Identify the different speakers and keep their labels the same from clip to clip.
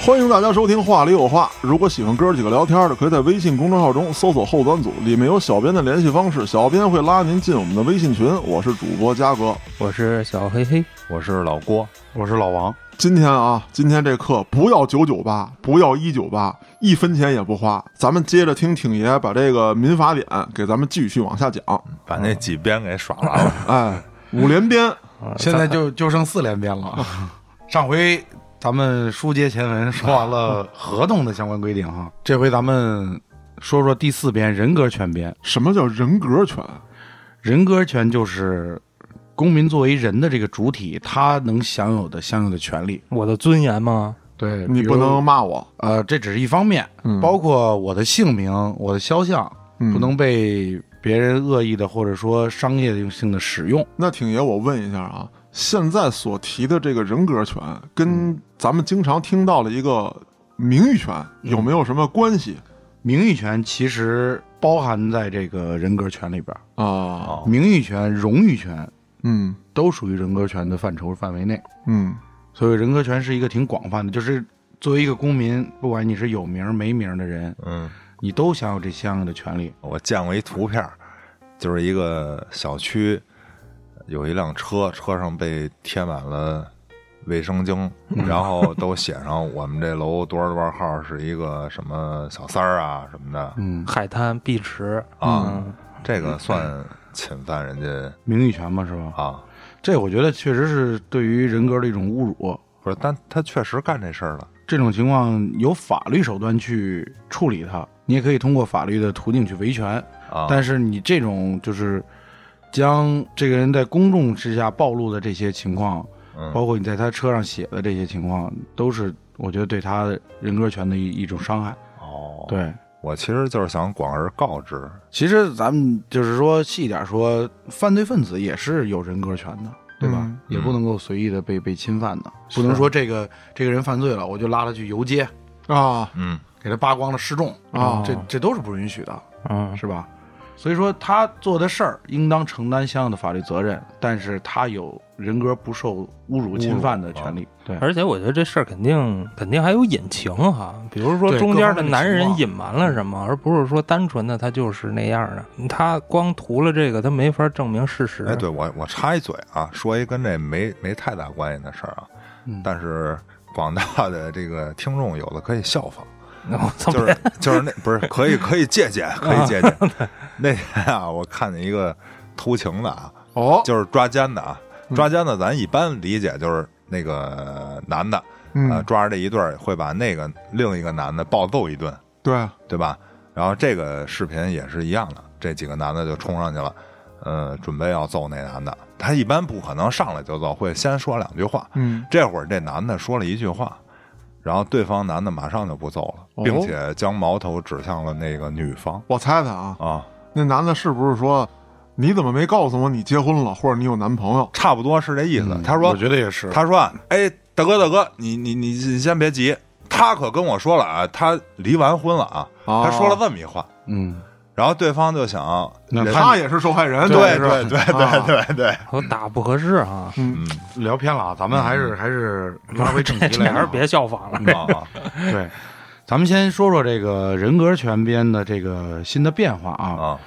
Speaker 1: 欢迎大家收听《话里有话》。如果喜欢哥几个聊天的，可以在微信公众号中搜索“后端组”，里面有小编的联系方式，小编会拉您进我们的微信群。我是主播嘉哥，
Speaker 2: 我是小黑黑，
Speaker 3: 我是老郭，
Speaker 4: 我是老王。
Speaker 1: 今天啊，今天这课不要九九八，不要一九八，一分钱也不花。咱们接着听挺爷把这个民法典给咱们继续往下讲。
Speaker 3: 把那几编给耍完了。
Speaker 1: 哎，五连鞭，
Speaker 3: 呃
Speaker 4: 现在就就剩四连编了。 上回咱们书接前文，说完 了合同的相关规定哈，这回咱们说说第四编人格权编。
Speaker 1: 什么叫人格权？
Speaker 4: 人格权就是公民作为人的这个主体，他能享有的相应的权利。
Speaker 2: 我的尊严吗？
Speaker 4: 对
Speaker 1: 你不能骂我。
Speaker 4: 呃，这只是一方面，
Speaker 1: 嗯
Speaker 4: 包括我的姓名、我的肖像，
Speaker 1: 嗯
Speaker 4: 不能被别人恶意的或者说商业性的使用。
Speaker 1: 那挺爷，我问一下啊，现在所提的这个人格权，
Speaker 3: 嗯
Speaker 1: 跟咱们经常听到的一个名誉权
Speaker 3: 嗯
Speaker 1: 有没有什么关系
Speaker 4: 名誉权其实包含在这个人格权里边儿，
Speaker 1: 啊？
Speaker 4: 名誉权、荣誉权
Speaker 1: 嗯
Speaker 4: 都属于人格权的范畴范围内。
Speaker 1: 嗯
Speaker 4: 所以人格权是一个挺广泛的，就是作为一个公民，不管你是有名儿没名儿的人，
Speaker 3: 嗯，
Speaker 4: 你都享有这相应的权利。
Speaker 3: 我见过一图片儿，就是一个小区呃有一辆车，车上被贴满了卫生巾，然后都写上我们这楼多少多少号是一个什么小三儿啊什么的
Speaker 4: 嗯，
Speaker 2: 海滩、碧池
Speaker 3: 啊，
Speaker 2: 嗯，
Speaker 3: 这个算侵犯人家
Speaker 4: 名誉权嘛，是吧？
Speaker 3: 啊。
Speaker 4: 这我觉得确实是对于人格的一种侮辱。
Speaker 3: 不是，但他确实干这事儿了。
Speaker 4: 这种情况有法律手段去处理它，你也可以通过法律的途径去维权。
Speaker 3: 啊，
Speaker 4: 但是你这种就是将这个人在公众之下暴露的这些情况，
Speaker 3: 嗯
Speaker 4: 包括你在他车上写的这些情况，都是我觉得对他人格权的一一种伤害。
Speaker 3: 哦，，
Speaker 4: 对，
Speaker 3: 我其实就是想广而告之。
Speaker 4: 其实咱们就是说细一点说，犯罪分子也是有人格权的。对吧？
Speaker 1: 嗯
Speaker 4: 也不能够随意的被被侵犯的，不能说这个这个人犯罪了，我就拉他去游街，
Speaker 1: 啊，
Speaker 3: 嗯，
Speaker 4: 给他扒光了示众
Speaker 1: 哦
Speaker 4: 这这都是不允许的。
Speaker 2: 嗯，
Speaker 4: 是吧？所以说他做的事儿应当承担相应的法律责任，但是他有人格不受侮辱、啊侵犯的权利。对，
Speaker 2: 而且我觉得这事儿肯定肯定还有隐情哈，比如说
Speaker 4: 对
Speaker 2: 中间的男
Speaker 4: 各方面的情
Speaker 2: 人
Speaker 4: 况
Speaker 2: 隐瞒了什么，而不是说单纯的他就是那样的，他光图了这个，他没法证明事实。
Speaker 3: 哎，对我我插一嘴啊，说一跟这没没太大关系的事儿啊，
Speaker 4: 嗯
Speaker 3: 但是广大的这个听众有的可以效仿，
Speaker 2: 我操，
Speaker 3: 就是就是那不是可以可以借鉴，可以借鉴。那天啊，我看见一个偷情的啊，
Speaker 1: 哦，
Speaker 3: 就是抓奸的啊，抓奸的，咱一般理解就是那个男的，呃，
Speaker 1: 嗯，
Speaker 3: 抓着这一对儿会把那个另一个男的暴揍一顿，
Speaker 1: 对，
Speaker 3: 对吧？然后这个视频也是一样的，这几个男的就冲上去了，呃，准备要揍那男的。他一般不可能上来就揍，会先说两句话。
Speaker 1: 嗯，
Speaker 3: 这会儿这男的说了一句话，然后对方男的马上就不揍
Speaker 1: 哦
Speaker 3: 了，并且将矛头指向了那个女方
Speaker 1: 我猜猜啊，
Speaker 3: 啊，
Speaker 1: 那男的是不是说你怎么没告诉我你结婚了，或者你有男朋友？
Speaker 3: 差不多是这意思。他
Speaker 4: 嗯
Speaker 3: 说
Speaker 4: 我觉得也是，
Speaker 3: 他说啊，哎，大哥大哥，你你你你先别急，他可跟我说了啊，他离完婚了啊，
Speaker 1: 哦
Speaker 3: 他说了这么一话，
Speaker 4: 嗯，
Speaker 3: 然后对方就想，
Speaker 4: 那
Speaker 3: 人
Speaker 1: 他也是受害人，等
Speaker 3: 对
Speaker 1: 于
Speaker 3: 对
Speaker 1: 是
Speaker 3: 对
Speaker 1: 啊
Speaker 3: 对对对，
Speaker 2: 我打不合适啊哈，
Speaker 1: 嗯，
Speaker 4: 聊偏了啊，咱们还是、还是拉回正
Speaker 2: 这
Speaker 4: 题
Speaker 2: 这
Speaker 4: 来
Speaker 2: 俩
Speaker 4: 啊。
Speaker 2: 人别效仿了。
Speaker 3: 啊啊
Speaker 4: 对，咱们先说说这个人格权编的这个新的变化啊。
Speaker 3: 啊，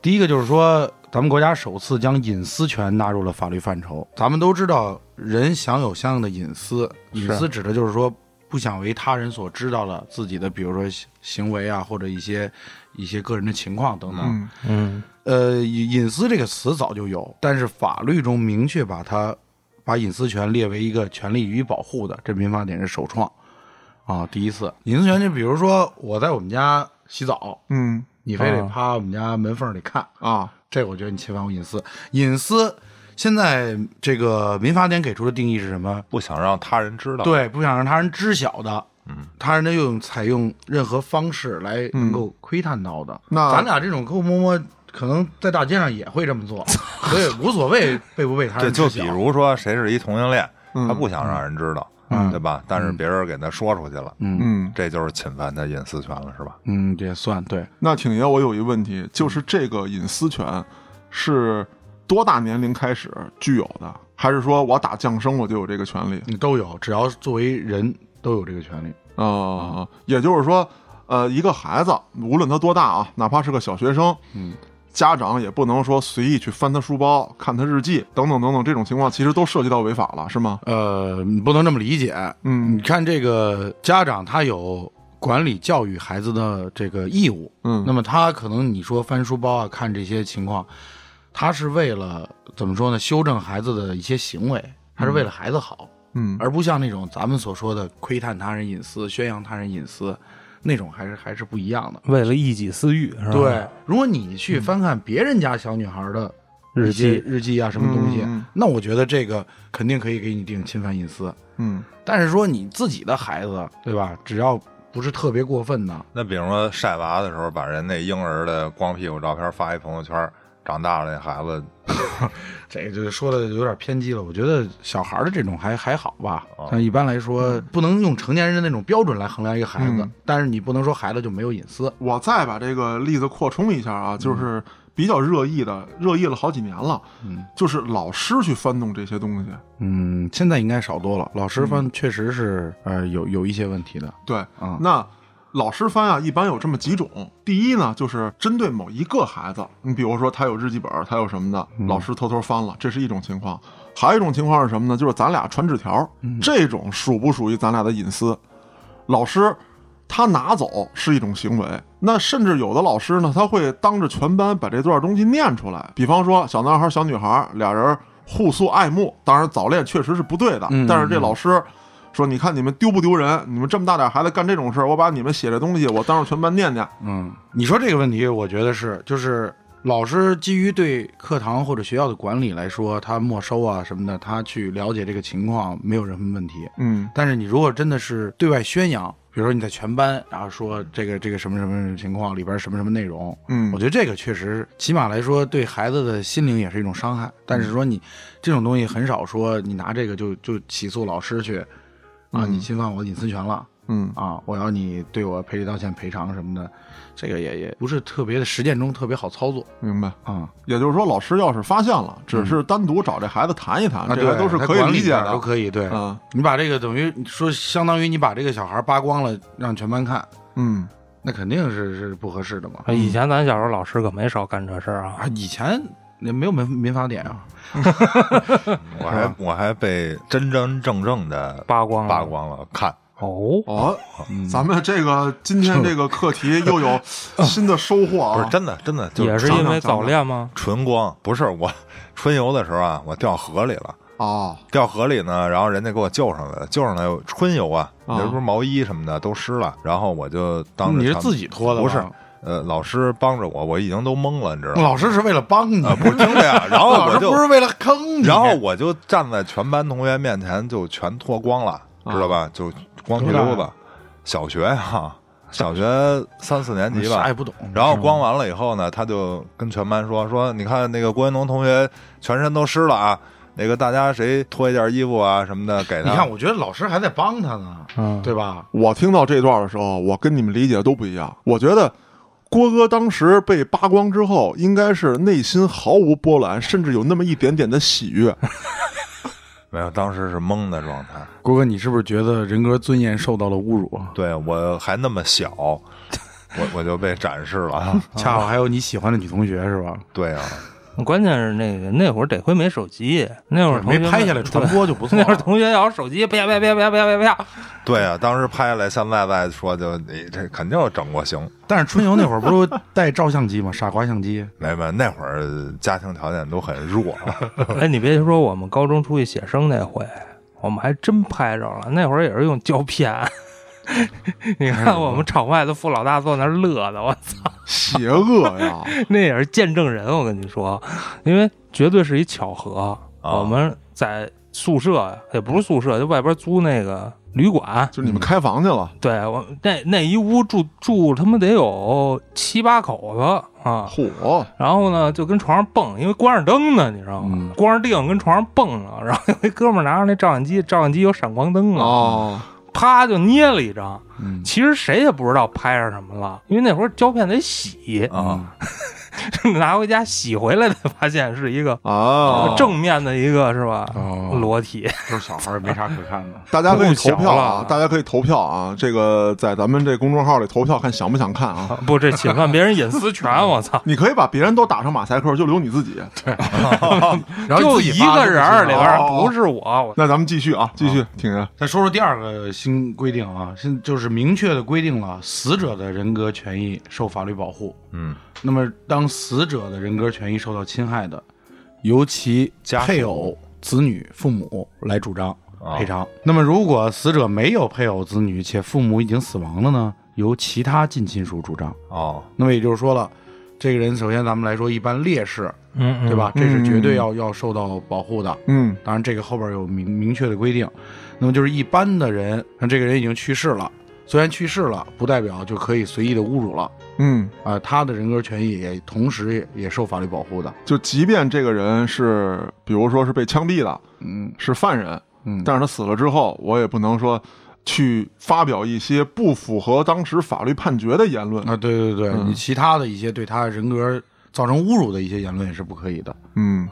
Speaker 4: 第一个就是说，咱们国家首次将隐私权纳入了法律范畴。咱们都知道，人享有相应的隐私，隐私指的就是说不想为他人所知道了自己的，比如说行行为啊，或者一些一些个人的情况等等。
Speaker 1: 嗯
Speaker 2: 嗯，
Speaker 4: 呃，隐隐私这个词早就有，但是法律中明确把它把隐私权列为一个权利予以保护的，这民法典是首创啊，第一次隐私权就比如说我在我们家洗澡，
Speaker 1: 嗯
Speaker 4: 你非得
Speaker 2: 啊
Speaker 4: 趴我们家门缝里看。
Speaker 1: 啊，
Speaker 4: 这我觉得你侵犯我隐私。隐私现在这个民法典给出的定义是什么？
Speaker 3: 不想让他人知道，
Speaker 4: 对，不想让他人知晓的，
Speaker 3: 嗯，
Speaker 4: 他人的又用采用任何方式来能够窥探到的。
Speaker 1: 那
Speaker 4: 咱俩这种偷偷摸摸，可能在大街上也会这么 做，所以无所谓被不被他
Speaker 3: 这
Speaker 4: 人
Speaker 3: 就
Speaker 4: 知
Speaker 3: 比
Speaker 4: 晓。
Speaker 3: 如说谁是一同性恋，
Speaker 1: 嗯
Speaker 3: 他不想让人知道，
Speaker 4: 嗯
Speaker 3: 对吧？但是别人给他说出去了，
Speaker 4: 嗯
Speaker 1: 嗯，
Speaker 3: 这就是侵犯他隐私权了，是吧？
Speaker 4: 嗯，这也算对。
Speaker 1: 那挺爷，我有一问题，
Speaker 4: 嗯
Speaker 1: 就是这个隐私权是多大年龄开始具有的？还是说我打降生我就有这个权利？
Speaker 4: 你都有，只要作为人都有这个权利。
Speaker 1: 啊、
Speaker 4: 嗯
Speaker 1: 也就是说，呃，一个孩子无论他多大啊，哪怕是个小学生，
Speaker 4: 嗯，
Speaker 1: 家长也不能说随意去翻他书包、看他日记等等等等，这种情况其实都涉及到违法了，是吗？
Speaker 4: 呃，你不能这么理解。你
Speaker 1: 嗯
Speaker 4: 看这个家长他有管理教育孩子的这个义务，
Speaker 1: 嗯，
Speaker 4: 那么他可能你说翻书包啊，看这些情况，他是为了怎么说呢？修正孩子的一些行为，他是为了孩子好，
Speaker 1: 嗯
Speaker 4: 而不像那种咱们所说的窥探他人隐私、宣扬他人隐私那种，还是还是不一样的。
Speaker 2: 为了一己私欲，是吧？
Speaker 4: 对，如果你去翻看别人家小女孩的
Speaker 2: 日
Speaker 4: 一些
Speaker 2: 记
Speaker 4: 日记啊，什么东西，
Speaker 1: 嗯嗯
Speaker 4: 那我觉得这个肯定可以给你定侵犯隐私。
Speaker 1: 嗯
Speaker 4: 但是说你自己的孩子，对吧？只要不是特别过分的，
Speaker 3: 那比如说晒娃的时候，把人那婴儿的光屁股照片发一朋友圈，长大了那孩子
Speaker 4: 这个就说的有点偏激了。我觉得小孩儿的这种还还好吧
Speaker 3: 哦，
Speaker 4: 但一般来说不能用成年人的那种标准来衡量一个孩子。
Speaker 1: 嗯
Speaker 4: 但是你不能说孩子就没有隐私。
Speaker 1: 我再把这个例子扩充一下啊，就是比较热议的，热议了好几年了，
Speaker 4: 嗯
Speaker 1: 就是老师去翻动这些东西。
Speaker 4: 嗯，现在应该少多了。老师方确实是、呃有有一些问题的。
Speaker 1: 对，
Speaker 4: 嗯
Speaker 1: 那老师翻啊，一般有这么几种。第一呢，就是针对某一个孩子，你比如说他有日记本，他有什么的，老师偷偷翻了，这是一种情况。还有一种情况是什么呢？就是咱俩传纸条，这种属不属于咱俩的隐私？老师他拿走是一种行为。那甚至有的老师呢，他会当着全班把这段东西念出来。比方说，小男孩、小女孩俩人互诉爱慕，当然早恋确实是不对的，
Speaker 4: 嗯
Speaker 1: 但是这老师。说，你看你们丢不丢人？你们这么大点孩子干这种事儿，我把你们写的东西，我当着全班念念。
Speaker 4: 嗯，你说这个问题，我觉得是就是。老师基于对课堂或者学校的管理来说，他没收啊什么的，他去了解这个情况没有什么问题。
Speaker 1: 嗯
Speaker 4: 但是你如果真的是对外宣扬，比如说你在全班，然后说这个这个什么什么情况里边什么什么内容，
Speaker 1: 嗯
Speaker 4: 我觉得这个确实起码来说对孩子的心灵也是一种伤
Speaker 1: 嗯
Speaker 4: 害。但是说你这种东西很少说你拿这个就就起诉老师去啊，
Speaker 1: 嗯
Speaker 4: 你侵犯我的隐私权了
Speaker 1: 嗯
Speaker 4: 啊，我要你对我赔礼道歉赔偿什么的，这个也也不是特别的实践中特别好操作
Speaker 1: 明白。
Speaker 4: 啊。
Speaker 1: 也就是说，老师要是发现了，只是单独找这孩子谈一谈，
Speaker 4: 嗯啊，
Speaker 1: 这个
Speaker 4: 对，
Speaker 1: 都是
Speaker 4: 他
Speaker 1: 可以
Speaker 4: 管
Speaker 1: 理解
Speaker 4: 上
Speaker 1: 的。
Speaker 4: 都可以。对，
Speaker 1: 啊，
Speaker 4: 你把这个等于说相当于你把这个小孩扒光了让全班看。
Speaker 1: 嗯
Speaker 4: 那肯定是是不合适的嘛。
Speaker 2: 啊以前咱小时候老师可没少干这事儿啊
Speaker 4: 啊，，以前那没有民民法典啊，
Speaker 3: 我还我还被真真正正的
Speaker 2: 扒光了
Speaker 3: 扒光了看，
Speaker 2: 哦，
Speaker 1: 哦，
Speaker 4: 嗯
Speaker 1: 咱们这个今天这个课题又 有新的收获
Speaker 3: 不
Speaker 1: 啊！
Speaker 3: 是真的真的，就
Speaker 2: 也是
Speaker 1: 长
Speaker 2: 因
Speaker 1: 长
Speaker 2: 为
Speaker 1: 长
Speaker 2: 早
Speaker 1: 长
Speaker 2: 恋吗？
Speaker 3: 纯光，不是我春游的时候啊，我掉河里了，
Speaker 1: 哦，
Speaker 3: 掉河里呢，然后人家给我救上来了，救上来春游啊，
Speaker 1: 啊
Speaker 3: 那不是毛衣什么的都湿了，然后我就当着
Speaker 4: 你是
Speaker 3: 他们
Speaker 4: 自己脱的吧
Speaker 3: 不是，呃，老师帮着我，我已经都懵了，你知道吗？
Speaker 4: 老师是为了帮你，
Speaker 3: 不是听着呀，然后
Speaker 4: 哦 老
Speaker 3: 我
Speaker 4: 师
Speaker 3: 就
Speaker 4: 不是为了坑你。
Speaker 3: 然后我就站在全班同学面前就全脱光了，知道吧？就光屁
Speaker 4: 多
Speaker 3: 溜
Speaker 4: 大
Speaker 3: 子，小学啊，小学三四年级吧，
Speaker 4: 啥也不懂，
Speaker 3: 然后光完了以后呢，他就跟全班说说，你看那个郭云龙同学全身都湿了啊，那个大家谁脱一件衣服啊什么的给
Speaker 4: 你
Speaker 3: 他。
Speaker 4: 看，我觉得老师还在帮他呢，
Speaker 2: 嗯，
Speaker 4: 对吧？
Speaker 1: 我听到这段的时候，我跟你们理解都不一样。我觉得郭哥当时被扒光之后，应该是内心毫无波澜，甚至有那么一点点的喜 悦。
Speaker 3: 没有，当时是懵的状态，
Speaker 4: 郭哥，你是不是觉得人格尊严受到了侮辱？啊
Speaker 3: 对我还那么小，我我就被展示了啊。
Speaker 4: 恰好还有你喜欢的女同学是吧？
Speaker 3: 对啊，
Speaker 2: 关键是那个那会儿得亏没手机，那会儿同
Speaker 4: 没
Speaker 2: 学们
Speaker 4: 拍 下来传
Speaker 2: 对
Speaker 4: 播就不错
Speaker 2: 那会儿
Speaker 4: 了。
Speaker 2: 同学要是手机，啪啪啪啪啪啪 啪，
Speaker 3: 对啊，当时拍下来，现在再说就你这肯定整过型。
Speaker 4: 但是春游那会儿不是带照相机吗？傻瓜相机。
Speaker 3: 没没，那会儿家庭条件都很弱啊，
Speaker 2: 哎，你别说，我们高中出去写生那回，我们还真拍着了。那会儿也是用胶片。 你看我们场外的付老大坐那儿乐的，我
Speaker 1: 邪恶 呀！
Speaker 2: 那也是见证人。我跟你说，因为绝对是一巧合。
Speaker 3: 啊
Speaker 2: 我们在宿舍也不是宿舍，就外边租那个旅馆。
Speaker 1: 就是你们开房去了，
Speaker 2: 对我那那一屋住住他妈得有七八口子啊，
Speaker 1: 嚯！
Speaker 2: 然后呢，就跟床上蹦，因为关着灯呢，你知道吗？
Speaker 4: 嗯
Speaker 2: 光着腚跟床上蹦呢。然后有一哥们儿拿着那照相机，照相机有闪光灯啊，
Speaker 1: 哦，
Speaker 2: 啪就捏了一张。
Speaker 4: 嗯哦
Speaker 2: 其实谁也不知道拍上什么了，因为那会儿胶片得洗，
Speaker 3: 啊，
Speaker 2: 拿回家洗回来才发现是一个
Speaker 1: 啊，
Speaker 2: 正面的一个是吧？
Speaker 4: 哦
Speaker 2: 裸体，
Speaker 4: 就是小孩儿没啥可看的。
Speaker 1: 大家可以投
Speaker 2: 不
Speaker 1: 票
Speaker 2: 小
Speaker 1: 啊
Speaker 2: 了，
Speaker 1: 大家可以投票啊，这个在咱们这公众号里投票，看想不想看啊。
Speaker 2: 啊不，这侵犯别人隐私权，我操！
Speaker 1: 你可以把别人都打上马赛克，就留你自己。
Speaker 4: 然后
Speaker 2: 就
Speaker 4: 自己
Speaker 2: 一
Speaker 4: 发
Speaker 2: 个人儿里边儿
Speaker 1: 哦
Speaker 2: 不是我，我
Speaker 1: 那咱们继续啊，继续挺着。
Speaker 4: 再说说第二个新规定啊，现就是明确的规定了死者的人格权益受法律保护。
Speaker 3: 嗯，
Speaker 4: 那么，当死者的人格权益受到侵害的，由其
Speaker 3: 家属
Speaker 4: 配偶、子女、父母来主张
Speaker 3: 啊
Speaker 4: 赔偿。那么，如果死者没有配偶、子女，且父母已经死亡了呢，由其他近亲属主张。
Speaker 3: 哦，
Speaker 4: 那么也就是说了，这个人首先咱们来说，一般烈士，
Speaker 2: 嗯，
Speaker 4: 对
Speaker 2: 嗯？
Speaker 4: 吧？这是绝对要要受到保护的。
Speaker 1: 嗯
Speaker 4: 当然，这个后边有明明确的规定。那么就是一般的人，那这个人已经去世了，虽然去世了，不代表就可以随意的侮辱了
Speaker 1: 嗯，
Speaker 4: 啊、他的人格权益也同时也也受法律保护的。
Speaker 1: 就即便这个人是，比如说是被枪毙的，
Speaker 4: 嗯
Speaker 1: 是犯人，
Speaker 4: 嗯，
Speaker 1: 但是他死了之后，我也不能说去发表一些不符合当时法律判决的言论。
Speaker 4: 啊，对对对，
Speaker 1: 嗯
Speaker 4: 你其他的一些对他人格造成侮辱的一些言论也是不可以的。啊
Speaker 1: 嗯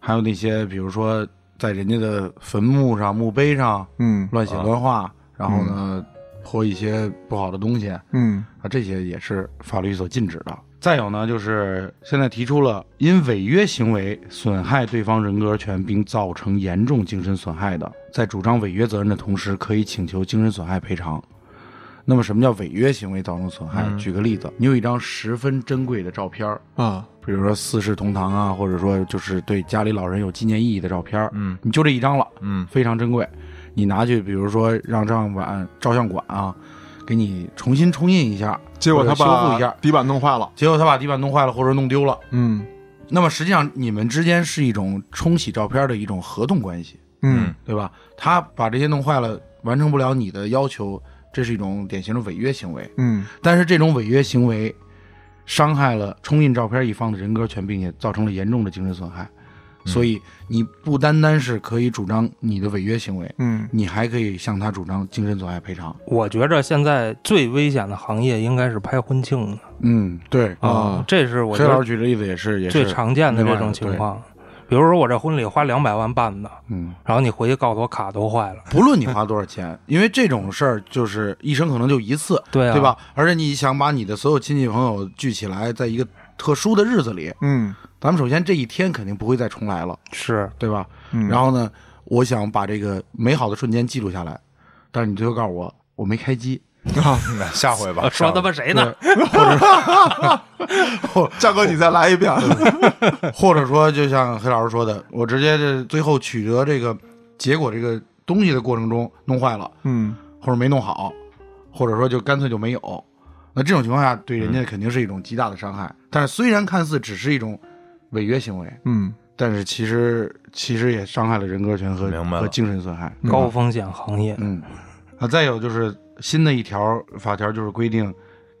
Speaker 4: 还有那些比如说在人家的坟墓上、墓碑上
Speaker 1: 嗯
Speaker 4: 乱写乱画，然后呢泼一些不好的东西，
Speaker 1: 嗯
Speaker 4: 啊，这些也是法律所禁止的。再有呢，就是现在提出了因违约行为损害对方人格权并造成严重精神损害的，在主张违约责任的同时，可以请求精神损害赔偿。那么，什么叫违约行为造成损
Speaker 3: 嗯
Speaker 4: 害？举个例子，你有一张十分珍贵的照片儿，
Speaker 1: 啊
Speaker 4: 比如说四世同堂啊，或者说就是对家里老人有纪念意义的照片儿，
Speaker 3: 嗯
Speaker 4: 你就这一张了，
Speaker 3: 嗯
Speaker 4: 非常珍贵。你拿去，比如说让照相馆照相馆啊，给你重新冲印一下，
Speaker 1: 结果他
Speaker 4: 或者修复一
Speaker 1: 把
Speaker 4: 下，
Speaker 1: 底板弄坏了。
Speaker 4: 结果他把底板弄坏了或者弄丢了。
Speaker 1: 嗯
Speaker 4: 那么实际上你们之间是一种冲洗照片的一种合同关系，
Speaker 1: 嗯
Speaker 4: 对吧？他把这些弄坏了，完成不了你的要求，这是一种典型的违约行为。
Speaker 1: 嗯
Speaker 4: 但是这种违约行为伤害了冲印照片一方的人格权，并且造成了严重的精神损害，
Speaker 2: 嗯
Speaker 4: 所以你不单单是可以主张你的违约行为，
Speaker 1: 嗯
Speaker 4: 你还可以向他主张精神损害赔偿。
Speaker 2: 我觉着现在最危险的行业应该是拍婚庆的
Speaker 4: 嗯，对，
Speaker 1: 啊，
Speaker 2: 这是哦我觉
Speaker 4: 黑老
Speaker 2: 得
Speaker 4: 师举的例子也是也
Speaker 2: 最
Speaker 4: 是，
Speaker 2: 常见的这种情况。比如说我这婚礼花两百万办的，
Speaker 4: 嗯。
Speaker 2: 然后你回去告诉我卡都坏了，
Speaker 4: 不论你花多少钱，因为这种事儿就是一生可能就一次，
Speaker 2: 对啊，
Speaker 4: 对？吧？而且你想把你的所有亲戚朋友聚起来，在一个特殊的日子里，
Speaker 1: 嗯
Speaker 4: 咱们首先这一天肯定不会再重来了，
Speaker 2: 是，
Speaker 4: 对吧？
Speaker 1: 嗯，
Speaker 4: 然后呢，我想把这个美好的瞬间记录下来，但是你最后告诉我我没开机，
Speaker 3: 那下回吧，
Speaker 2: 呃说
Speaker 3: 下回
Speaker 2: 他妈谁呢？
Speaker 1: 嘉哥你再来一遍。
Speaker 4: 或者说就像黑老师说的，我直接这最后取得这个结果这个东西的过程中弄坏了，
Speaker 1: 嗯
Speaker 4: 或者没弄好，或者说就干脆就没有。那这种情况下，对人家
Speaker 3: 嗯
Speaker 4: 肯定是一种极大的伤害。但是虽然看似只是一种违约行为，
Speaker 1: 嗯
Speaker 4: 但是其实其实也伤害了人格权和
Speaker 3: 明白了
Speaker 4: 和精神损害。
Speaker 2: 高风险行业，
Speaker 4: 嗯，啊，再有就是新的一条法条就是规定，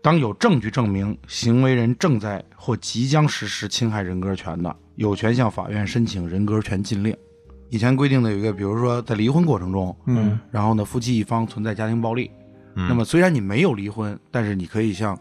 Speaker 4: 当有证据证明行为人正在或即将实施侵害人格权的，有权向法院申请人格权禁令。以前规定的有一个，比如说在离婚过程中，
Speaker 1: 嗯
Speaker 4: 然后呢，夫妻一方存在家庭暴力，
Speaker 3: 嗯
Speaker 4: 那么虽然你没有离婚，但是你可以向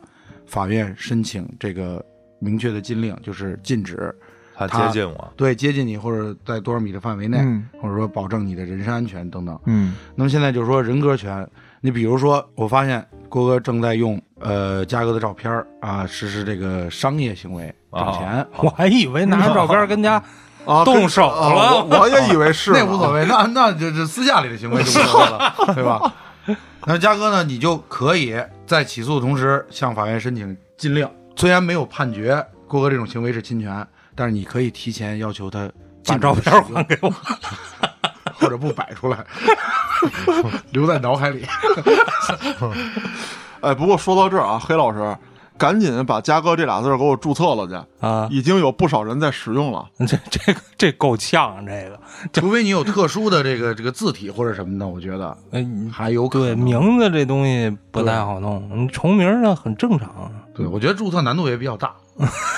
Speaker 4: 法院申请这个明确的禁令，就是禁止
Speaker 3: 他
Speaker 4: 他
Speaker 3: 接近我，
Speaker 4: 对接近你或者在多少米的范围内，
Speaker 1: 嗯
Speaker 4: 或者说保证你的人身安全等等。
Speaker 1: 嗯
Speaker 4: 那么现在就是说人格权，你比如说，我发现郭哥正在用呃嘉哥的照片儿啊实施这个商业行为挣钱，
Speaker 2: 我还以为拿着照片跟家
Speaker 1: 啊，
Speaker 2: 动手
Speaker 1: 跟啊
Speaker 2: 了，
Speaker 1: 我我也以为是呢
Speaker 4: 那无所谓，那那就是私下里的行为就无所谓了，对吧？那嘉哥呢，你就可以在起诉的同时向法院申请禁令，虽然没有判决郭哥这种行为是侵权，但是你可以提前要求他
Speaker 2: 把
Speaker 4: 禁止
Speaker 2: 照
Speaker 4: 使
Speaker 2: 片
Speaker 4: 用
Speaker 2: 还给我，
Speaker 4: 或者不摆出来， 留在脑海里。
Speaker 1: 哎，不过说到这儿啊，黑老师，赶紧把“嘉哥”这俩字儿给我注册了去，
Speaker 2: 啊，
Speaker 1: 已经有不少人在使用了。
Speaker 2: 这这个这够呛，啊这个
Speaker 4: 除非你有特殊的这个这个字体或者什么的，我觉得
Speaker 2: 嗯，
Speaker 4: 还有 可
Speaker 2: 对
Speaker 4: 能。
Speaker 2: 名字这东西不太好弄，你重名儿呢很正常。
Speaker 4: 对，我觉得注册难度也比较大，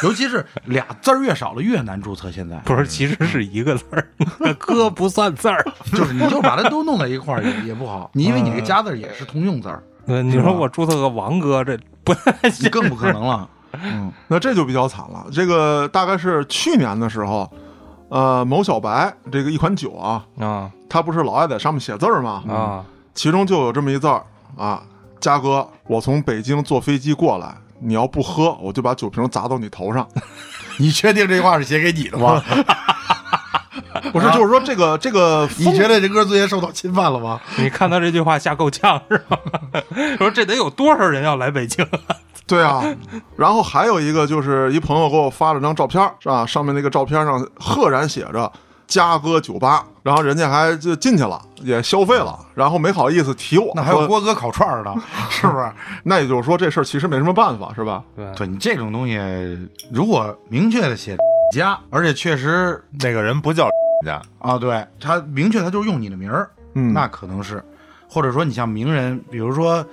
Speaker 4: 尤其是俩字儿越少了越难注册。现在
Speaker 2: 不是，其实是一个字儿，那哥不算字儿。
Speaker 4: 就是你就把它都弄在一块儿也也不好，你因为你
Speaker 2: 呃
Speaker 4: 这个加字儿也是通用字儿，
Speaker 2: 对，你说我注册个王哥，这不太
Speaker 4: 你
Speaker 2: 行。
Speaker 4: 更不可能了。
Speaker 1: 那这就比较惨了。这个大概是去年的时候，呃，某小白这个一款酒啊，
Speaker 2: 啊
Speaker 1: 它不是老爱在上面写字儿吗？
Speaker 4: 嗯
Speaker 2: 啊
Speaker 1: 其中就有这么一字儿啊，嘉哥，我从北京坐飞机过来，你要不喝，我就把酒瓶砸到你头上。
Speaker 4: 你确定这话是写给你的吗？
Speaker 1: 不是，就是说这个这个风，
Speaker 4: 啊 你觉得这哥尊严受到侵犯了吗？
Speaker 2: 你看他这句话吓够呛是 吧？说这得有多少人要来北京？
Speaker 1: 对啊。然后还有一个就是一朋友给我发了张照片儿，是吧？上面那个照片上赫然写着“嘉哥酒吧”，然后人家还就进去了，也消费了，然后没好意思提我。
Speaker 4: 那还有
Speaker 1: 说
Speaker 4: 郭哥烤串儿 呢，是不是？
Speaker 1: 那也就是说这事儿其实没什么办法，是吧？
Speaker 4: 对你这种东西，如果明确的写家，而且确实
Speaker 3: 那个人不叫家，
Speaker 4: 啊，对他明确他就是用你的名儿，
Speaker 1: 嗯，
Speaker 4: 那可能是，或者说你像名人，比如说，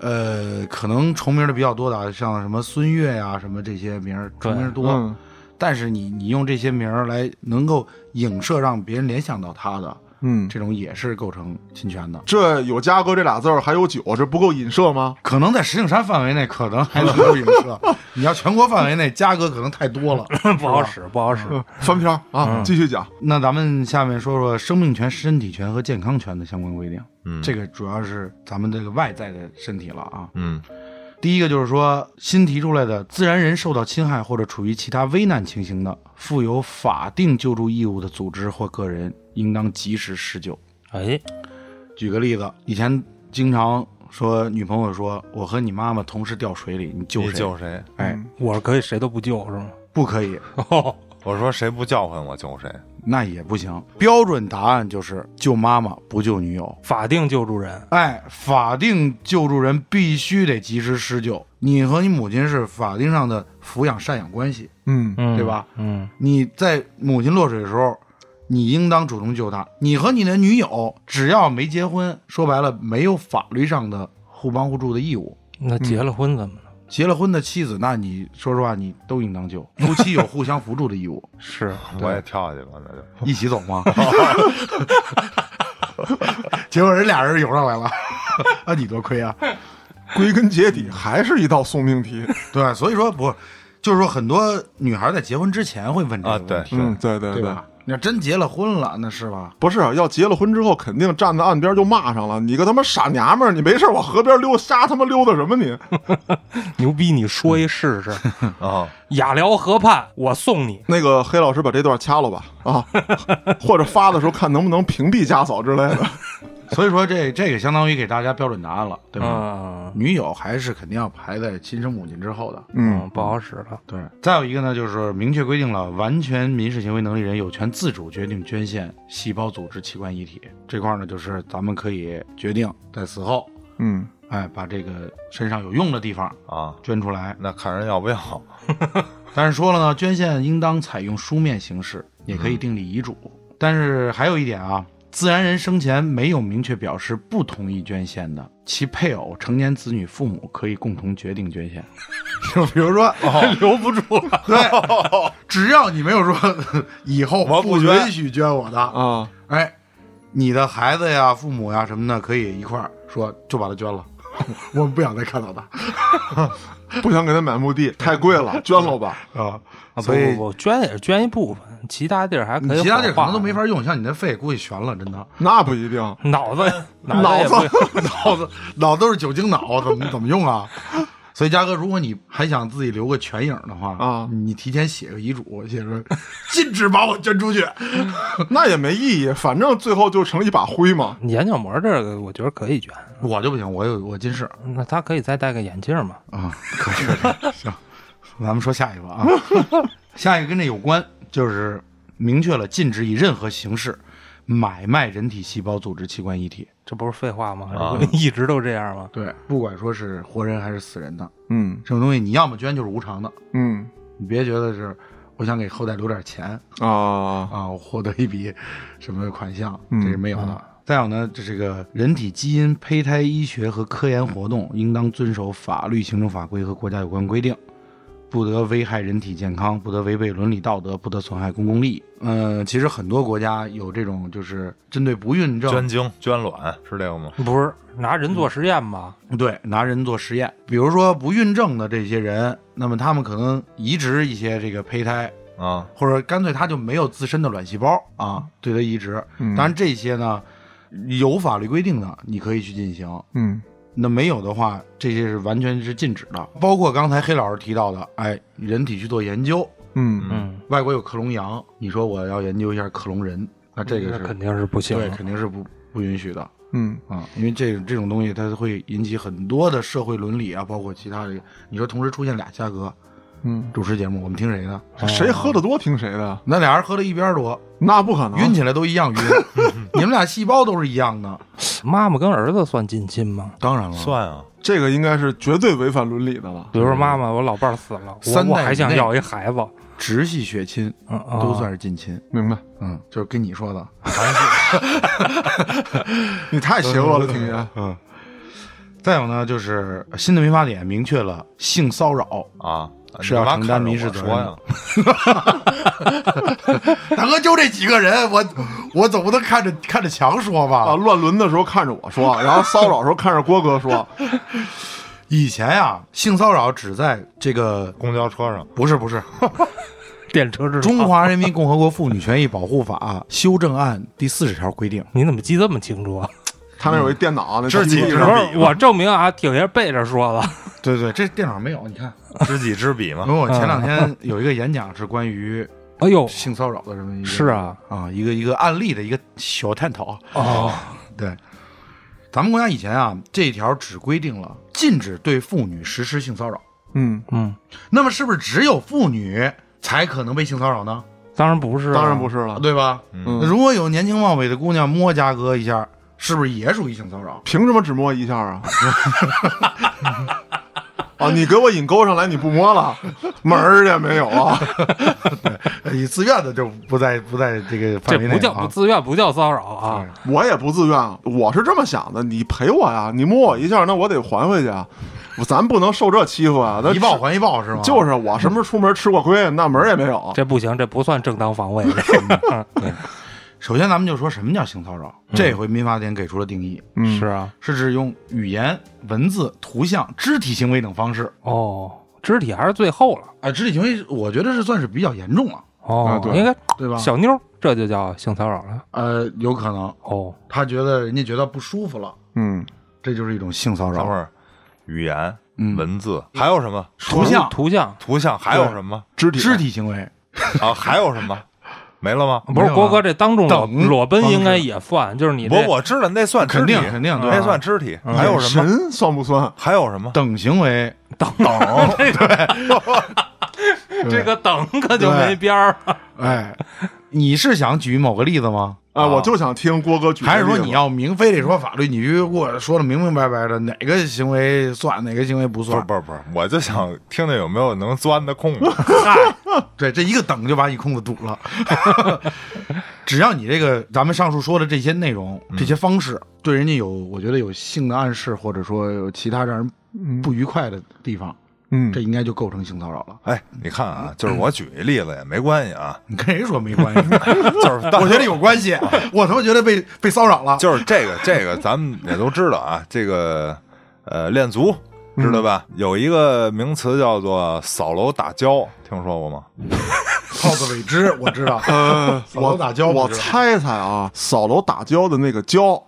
Speaker 4: 呃，可能重名的比较多的啊，像什么孙悦呀、什么这些名儿重名多，
Speaker 1: 嗯
Speaker 4: 但是你你用这些名儿来能够影射让别人联想到他的，
Speaker 1: 嗯，
Speaker 4: 这种也是构成侵权的。
Speaker 1: 这有“嘉哥”这俩字儿，还有酒，这不够引射吗？
Speaker 4: 可能在石景山范围内，可能还能够影射。你要全国范围内，嘉哥可能太多了。
Speaker 2: 不好使，不好使。
Speaker 1: 翻篇儿啊，继续讲。
Speaker 4: 那咱们下面说说生命权、身体权和健康权的相关规定。
Speaker 3: 嗯
Speaker 4: 这个主要是咱们这个外在的身体了啊。
Speaker 3: 嗯
Speaker 4: 第一个就是说，新提出来的自然人受到侵害或者处于其他危难情形的，负有法定救助义务的组织或个人，应当及时施救。
Speaker 2: 哎，
Speaker 4: 举个例子，以前经常说女朋友说我和你妈妈同时掉水里，你救
Speaker 3: 你
Speaker 4: 谁？
Speaker 3: 救谁？
Speaker 4: 哎，
Speaker 2: 我是可以谁都不救是吗？
Speaker 4: 不可以，
Speaker 2: 哦，
Speaker 3: 我说谁不叫唤我救谁。
Speaker 4: 那也不行。标准答案就是救妈妈不救女友。
Speaker 2: 法定救助人
Speaker 4: 哎，法定救助人必须得及时施救。你和你母亲是法定上的抚养赡养关系，
Speaker 1: 嗯
Speaker 2: 嗯
Speaker 4: 对吧？
Speaker 2: 嗯，
Speaker 4: 你在母亲落水的时候，你应当主动救她。你和你的女友只要没结婚，说白了没有法律上的互帮互助的义务。
Speaker 2: 那结了婚怎么了？
Speaker 4: 结了婚的妻子，那你说实话，你都应当救。夫妻有互相扶助的义务，
Speaker 2: 是
Speaker 3: 我也跳下去吧，那就
Speaker 4: 一起走吗？结果人俩人游上来了， 那你多亏啊！
Speaker 1: 归根结底还嗯是一道送命题。
Speaker 4: 对，所以说不，就是说很多女孩在结婚之前会问这
Speaker 3: 啊
Speaker 4: 个问题，
Speaker 1: 嗯，对对
Speaker 4: 对吧？你要真结了婚了，那是吧？
Speaker 1: 不是啊要结了婚之后，肯定站在岸边就骂上了。你个他妈傻娘们儿，你没事往河边溜瞎他妈溜达什么你？
Speaker 2: 牛逼！你说一试试，
Speaker 3: 啊，
Speaker 2: 雅辽河畔我送你。
Speaker 1: 那个黑老师把这段掐了吧啊， 或者发的时候看能不能屏蔽家嫂之类的。
Speaker 4: 所以说这这个相当于给大家标准答案了，对吧？
Speaker 2: 嗯
Speaker 4: 女友还是肯定要排在亲生母亲之后的。
Speaker 1: 嗯，
Speaker 2: 嗯，不好使了。
Speaker 4: 对，再有一个呢，就是明确规定了完全民事行为能力人有权自主决定捐献细胞、组织、器官、遗体这块儿呢，就是咱们可以决定在死后，
Speaker 1: 嗯，
Speaker 4: 哎，把这个身上有用的地方
Speaker 3: 啊，
Speaker 4: 捐出来。
Speaker 3: 那看人要不要。
Speaker 4: 但是说了呢，捐献应当采用书面形式，也可以订立遗嘱。但是还有一点啊，自然人生前没有明确表示不同意捐献的，其配偶、成年子女、父母可以共同决定捐献。 就比如说，哦、 留不住了，对， 只要你没有说 以后
Speaker 3: 我不
Speaker 4: 不
Speaker 3: 捐
Speaker 4: 允许捐我 的，
Speaker 1: 啊，
Speaker 4: 哎，你的孩子呀、父母呀什么的，可以一块儿说就把它捐了， 我们不想再看到他
Speaker 1: 不想给他买墓地，太贵了，捐了吧。
Speaker 4: 啊
Speaker 2: 啊，不
Speaker 4: 所以
Speaker 2: 不不，捐也是捐一部分，其他地儿还可以。
Speaker 4: 你其他地儿可能都
Speaker 2: 啊
Speaker 4: 没。法用，像你那肺估计悬了，真的。
Speaker 1: 那不一定。
Speaker 2: 脑 子
Speaker 1: 脑
Speaker 2: 脑也
Speaker 1: 子
Speaker 2: 不
Speaker 4: 脑子脑都是酒精脑，怎么怎么用啊？所以，嘉哥，如果你还想自己留个全影的话
Speaker 1: 啊
Speaker 4: 你提前写个遗嘱，写着禁止把我捐出去。
Speaker 1: 那也没意义，反正最后就成一把灰嘛。
Speaker 2: 眼角膜这个我觉得可以捐，
Speaker 4: 我就不行，我有我近视
Speaker 2: 那他可以再戴个眼镜嘛？
Speaker 4: 啊，可以。行，咱们说下一个 啊，下一个跟这有关，就是明确了禁止以任何形式买卖人体细胞、组织、器官、遗体。
Speaker 2: 这不是废话吗？
Speaker 3: 啊
Speaker 2: 一直都这样吗？
Speaker 4: 对，不管说是活人还是死人的，
Speaker 1: 嗯
Speaker 4: 这种东西你要么捐就是无偿的，
Speaker 1: 嗯
Speaker 4: 你别觉得是我想给后代留点钱，
Speaker 1: 啊
Speaker 4: 啊，我获得一笔什么款项，
Speaker 1: 嗯
Speaker 4: 这是没有的。再有呢，这是个人体基因、胚胎医学和科研活动，应当遵守法律、行政法规和国家有关规定，不得危害人体健康，不得违背伦理道德，不得损害公共利益。呃，其实很多国家有这种，就是针对不孕症
Speaker 3: 捐，精捐卵是这个吗？
Speaker 2: 不是拿人做实验吧？
Speaker 4: 对，拿人做实验，比如说不孕症的这些人，那么他们可能移植一些这个胚胎，
Speaker 3: 啊，
Speaker 4: 或者干脆他就没有自身的卵细胞
Speaker 2: 嗯
Speaker 4: 啊，对他移植。当然这些呢，有法律规定的，你可以去进行。
Speaker 1: 嗯，
Speaker 4: 那没有的话，这些是完全是禁止的。包括刚才黑老师提到的，哎，人体去做研究，
Speaker 1: 嗯
Speaker 2: 嗯，
Speaker 4: 外国有克隆羊，你说我要研究一下克隆人，那这个
Speaker 2: 那
Speaker 4: 是
Speaker 2: 肯定是不行啊
Speaker 4: 对，
Speaker 2: 的。
Speaker 4: 肯定是不不允许的。
Speaker 1: 嗯
Speaker 4: 啊，因为这这种东西它会引起很多的社会伦理啊，包括其他的。你说同时出现俩嘉哥
Speaker 1: 嗯，
Speaker 4: 主持节目，我们听谁的？
Speaker 1: 谁喝的多听谁的，
Speaker 4: 那俩人喝了一边多，
Speaker 1: 那不可能。
Speaker 4: 晕起来都一样晕， 你们俩细胞都是一样的。
Speaker 2: 妈妈跟儿子算近亲吗？
Speaker 4: 当然了，
Speaker 3: 算啊，
Speaker 1: 这个应该是绝对违反伦理的了。
Speaker 2: 比如说妈妈，我老伴儿死了，我
Speaker 4: 三代
Speaker 2: 我还
Speaker 4: 以
Speaker 2: 想
Speaker 4: 内
Speaker 2: 要一孩子，
Speaker 4: 直系血亲
Speaker 2: 嗯啊
Speaker 4: 都算是近亲。
Speaker 1: 明白？
Speaker 4: 嗯，就是跟你说的，
Speaker 1: 你太邪恶了，挺爷。啊
Speaker 4: 嗯。再有呢，就是新的民法典明确了性骚扰，
Speaker 3: 啊，
Speaker 4: 是要
Speaker 3: 你干嘛
Speaker 4: 承担
Speaker 3: 看着
Speaker 4: 民事
Speaker 3: 我
Speaker 4: 责
Speaker 3: 说
Speaker 4: 任
Speaker 3: 呀，
Speaker 4: 大哥就这几个人，我我总不能看着看着墙说吧？
Speaker 1: 啊，乱伦的时候看着我说，然后骚扰的时候看着郭哥 说，
Speaker 4: 以前呀、性骚扰只在这个
Speaker 3: 公交车上
Speaker 4: 不是不是
Speaker 2: 电车啊制
Speaker 4: 《
Speaker 2: 造
Speaker 4: 中华人民共和国妇女权益保护法》修正案第四十条规定，
Speaker 2: 你怎么记这么清楚啊？
Speaker 1: 他那有一电脑，那
Speaker 3: 知己
Speaker 1: 记
Speaker 3: 知
Speaker 1: 忆
Speaker 2: 不
Speaker 1: 上
Speaker 2: 是，我证明啊，挺爷背着说了，
Speaker 4: 对对，这电脑没有，你看，嗯
Speaker 3: 知己知彼嘛
Speaker 4: 因为，我前两天有一个演讲是关于
Speaker 2: 哎呦，
Speaker 4: 性骚扰的这么 一个
Speaker 2: 是啊，
Speaker 4: 啊一个一个案例的一个小探讨，
Speaker 2: 哦，
Speaker 4: 对。咱们国家以前啊，这一条只规定了禁止对妇女实施性骚扰。
Speaker 1: 嗯，
Speaker 2: 嗯，
Speaker 4: 那么，是不是只有妇女才可能被性骚扰呢？
Speaker 2: 当然不是啊，
Speaker 1: 当然不是了。
Speaker 4: 对吧？
Speaker 1: 嗯，
Speaker 4: 如果有年轻貌美的姑娘摸嘉哥一下，是不是也属于性骚扰？
Speaker 1: 凭什么只摸一下啊？ 啊，你给我引钩上来，你不摸了，门儿也没有啊！
Speaker 4: 呃你自愿的就不在不在这个
Speaker 2: 这
Speaker 4: 范围内
Speaker 2: 不叫不
Speaker 4: 啊。
Speaker 2: 自愿，不叫骚扰啊。
Speaker 1: 我也不自愿，我是这么想的，你赔我呀，你摸我一下，那我得还回去啊，我咱不能受这欺负啊！那
Speaker 4: 一报还一报是吗？
Speaker 1: 就是是我什么时候出门吃过亏，那门儿也没有。
Speaker 2: 这不行，这不算正当防 卫。
Speaker 4: 嗯 首先咱们就说什么叫性骚扰，
Speaker 2: 嗯
Speaker 4: 这回民法典给出了定义，
Speaker 1: 嗯
Speaker 2: 是啊，
Speaker 4: 是指用语言、文字、图像、肢体行为等方式。
Speaker 2: 哦，肢体还是最后了。
Speaker 4: 啊，肢体行为我觉得是算是比较严重了，
Speaker 2: 哦
Speaker 1: 啊，对
Speaker 2: 应该
Speaker 4: 对吧？
Speaker 2: 小妞儿，这就叫性骚扰了。
Speaker 4: 呃，有可能
Speaker 2: 哦，
Speaker 4: 他觉得人家觉得不舒服了，
Speaker 1: 嗯，
Speaker 4: 这就是一种性骚
Speaker 3: 等会
Speaker 4: 扰。
Speaker 3: 儿语言、
Speaker 4: 嗯
Speaker 3: 文字还有什么
Speaker 4: 图像、
Speaker 2: 图像
Speaker 3: 图像，还有什么
Speaker 1: 肢体
Speaker 4: 肢体行为，
Speaker 3: 啊？还有什么？没了吗？
Speaker 2: 不是
Speaker 4: 没有啊
Speaker 2: 郭哥这当众裸
Speaker 4: 等
Speaker 2: 裸奔应该也算，就是你
Speaker 3: 我
Speaker 2: 这
Speaker 3: 我知道那算肢
Speaker 4: 肯
Speaker 3: 体，
Speaker 4: 定肯定对
Speaker 3: 那算肢体。还有什么？
Speaker 1: 嗯神算不算？啊
Speaker 3: 还有什么？
Speaker 4: 等行为，
Speaker 2: 这个等可就没边儿了。
Speaker 4: 哎，你是想举某个例子吗？
Speaker 1: 哎，我就想听郭哥举。
Speaker 4: 啊还是说你？要明非得说法律，你就给我说的明明白白的，哪个行为算，哪个行为不
Speaker 3: 不是
Speaker 4: 算？
Speaker 3: 不是不是，我就想听听有没有能钻的空子。
Speaker 4: 哎对，这一个等就把你空子堵了。 只要你这个咱们上述说的这些内容、这些方式，对人家有我觉得有性的暗示，或者说有其他让人不愉快的地方，
Speaker 1: 嗯
Speaker 4: 这，应该就构成性骚扰了。
Speaker 3: 哎，你看啊，就是我举一例子也没关系啊，
Speaker 4: 你跟谁说没 关系？
Speaker 3: 就是
Speaker 4: 我觉得有关 系，我他妈觉得被被骚扰了。
Speaker 3: 就是这个这个，咱们也都知道啊，这个呃练足。
Speaker 2: 嗯
Speaker 3: 知道吧？有一个名词叫做“扫楼打胶”，听说过吗？
Speaker 4: 耗子尾汁，我知道。扫楼
Speaker 1: 我
Speaker 4: 打胶
Speaker 1: 呃我
Speaker 4: 不知道
Speaker 1: 猜猜啊，扫楼打胶的那个胶，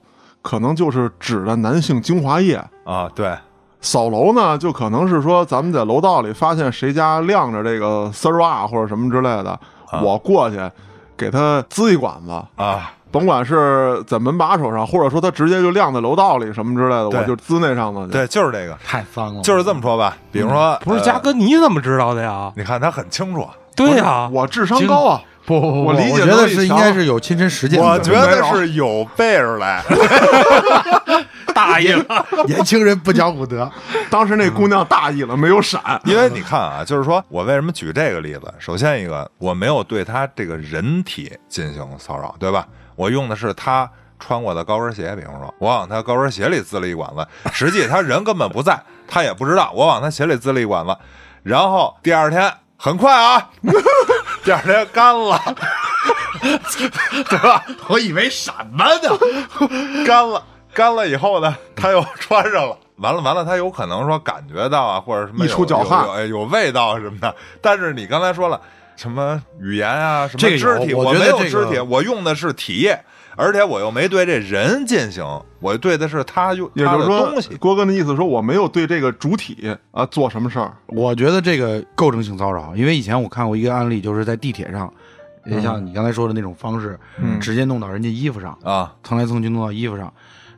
Speaker 1: 可能就是指的男性精华液。
Speaker 3: 啊，对，
Speaker 1: 扫楼呢，就可能是说咱们在楼道里发现谁家晾着这个丝袜或者什么之类的，我过去给他滋一管子，
Speaker 3: 啊，
Speaker 1: 甭管是在门把手上，或者说他直接就晾在楼道里什么之类的，
Speaker 3: 对
Speaker 1: 我就滋那上头去。
Speaker 3: 对，就是这个，
Speaker 4: 太脏了，
Speaker 3: 就是这么说吧。比如说，
Speaker 2: 嗯不是
Speaker 3: 呃
Speaker 2: 嘉哥，你怎么知道的呀？
Speaker 3: 你看他很清楚，
Speaker 2: 对呀，
Speaker 1: 我智商高啊，
Speaker 4: 不不不，
Speaker 1: 我理解
Speaker 4: 觉得
Speaker 1: 能力
Speaker 4: 是应
Speaker 1: 强
Speaker 4: 该是有亲身实践的。
Speaker 3: 我觉得是有备而来。
Speaker 2: 大爷了，
Speaker 4: 年轻人不讲武德，
Speaker 1: 当时那姑娘大意了，没有闪。
Speaker 3: 因为你看啊，就是说我为什么举这个例子？首先一个，我没有对他这个人体进行骚扰，对吧？我用的是他穿过的高跟鞋，比方说，我往他高跟鞋里滋了一管子，实际他人根本不在，他也不知道，我往他鞋里滋了一管子，然后第二天很快啊，第二天干了， 对吧？
Speaker 4: 我以为什么呢？
Speaker 3: 干了，干了以后呢，他又穿上了。完了完了，他有可能说感觉到啊，或者什么
Speaker 1: 一出
Speaker 3: 有
Speaker 1: 脚汗
Speaker 3: 有有哎有味道什么的。但是你刚才说了什么语言啊，什
Speaker 4: 这个有
Speaker 3: 么肢体，
Speaker 4: 我
Speaker 3: 我
Speaker 4: 觉得
Speaker 3: 没有
Speaker 4: 这个
Speaker 3: 肢体，我用的是体液，而且我又没对这人进行，我对的是他用
Speaker 1: 也
Speaker 3: 他
Speaker 1: 就
Speaker 3: 的
Speaker 1: 是
Speaker 3: 东西
Speaker 1: 说，。郭哥的意思说我没有对这个主体啊做什么事儿，
Speaker 4: 我觉得这个构成性骚扰，因为以前我看过一个案例，就是在地铁上，也
Speaker 1: 嗯
Speaker 4: 像你刚才说的那种方式，
Speaker 1: 嗯
Speaker 4: 直接弄到人家衣服上，
Speaker 3: 啊，
Speaker 4: 蹭来蹭去弄到衣服上，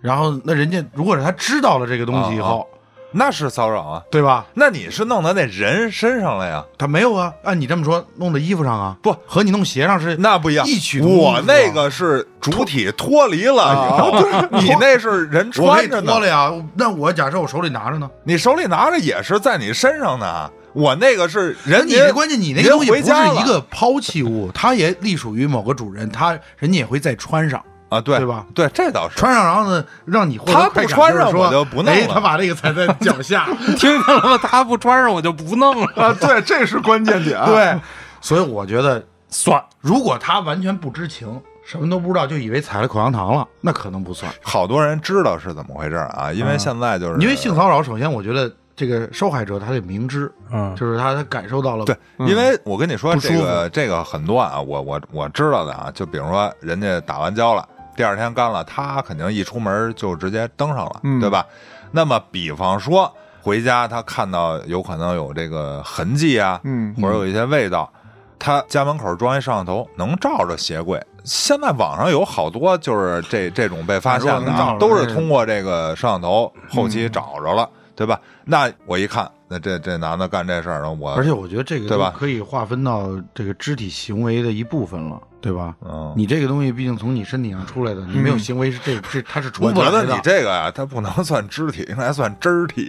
Speaker 4: 然后那人家如果是他知道了这个东西以后，
Speaker 3: 那是骚扰啊！
Speaker 4: 对吧？
Speaker 3: 那你是弄到那人身上了呀？
Speaker 4: 他没有啊，按你这么说，弄到衣服上啊，
Speaker 3: 不
Speaker 4: 和你弄鞋上是
Speaker 3: 那不一样，
Speaker 4: 异曲同工
Speaker 3: 我
Speaker 4: 之妙
Speaker 3: 那个是主体脱离了，你 知道吗你那是人
Speaker 4: 啊我可
Speaker 3: 穿
Speaker 4: 以
Speaker 3: 着
Speaker 4: 脱
Speaker 3: 呢
Speaker 4: 了，呀。那我假设我手里拿着呢，
Speaker 3: 你手里拿着也是在你身上呢。我那个是人，
Speaker 4: 你
Speaker 3: 您
Speaker 4: 这关键你那个东西不
Speaker 3: 您
Speaker 4: 是
Speaker 3: 回家了
Speaker 4: 一个抛弃物，它也隶属于某个主人，他人家也会再穿上，
Speaker 3: 啊，对
Speaker 4: 对吧？
Speaker 3: 对，这倒是。
Speaker 4: 穿上然后呢，让你获得
Speaker 3: 他不
Speaker 4: 快感
Speaker 3: 穿上
Speaker 4: 就是说
Speaker 3: 我就不弄
Speaker 4: 哎，
Speaker 3: 了
Speaker 4: 他把这个踩在脚 下，
Speaker 2: 听见了吗？他不穿上我就不弄了，
Speaker 1: 啊，对，这是关键点。啊
Speaker 4: 对，所以我觉得
Speaker 2: 算
Speaker 4: 如果他完全不知情，什么都不知道，就以为踩了口香糖了，那可能不算。
Speaker 3: 好多人知道是怎么回事啊，因
Speaker 4: 嗯
Speaker 3: 为现在就是
Speaker 4: 因为性骚扰，首先我觉得这个受害者他得明知，
Speaker 2: 嗯
Speaker 4: 就是他他感受到了，
Speaker 3: 对，
Speaker 1: 嗯
Speaker 3: 因为我跟你说
Speaker 4: 不舒
Speaker 3: 这
Speaker 4: 服
Speaker 3: 个这个很多啊，我我我知道的啊，就比如说人家打完交了，第二天干了，他肯定一出门就直接登上了，
Speaker 1: 嗯
Speaker 3: 对吧？那么比方说回家，他看到有可能有这个痕迹啊，
Speaker 1: 嗯
Speaker 3: 或者有一些味道，他家门口装一摄像头，能照着鞋柜。现在网上有好多就是这这种被发现
Speaker 1: 如果
Speaker 3: 的
Speaker 1: 能
Speaker 3: 啊
Speaker 1: 照着，嗯
Speaker 3: 都是通过这个摄像头后期找着了，对吧？那我一看，那这这男的干这事儿了，我
Speaker 4: 而且我觉得这个
Speaker 3: 对吧
Speaker 4: 都可以划分到这个肢体行为的一部分了，对吧？
Speaker 3: 嗯
Speaker 4: 你这个东西毕竟从你身体上出来的，你没有行为是这这它是出
Speaker 3: 我
Speaker 4: 不
Speaker 3: 觉
Speaker 4: 来
Speaker 3: 得你
Speaker 4: 的。
Speaker 3: 这个呀、它不能 算肢体，应该算肢体。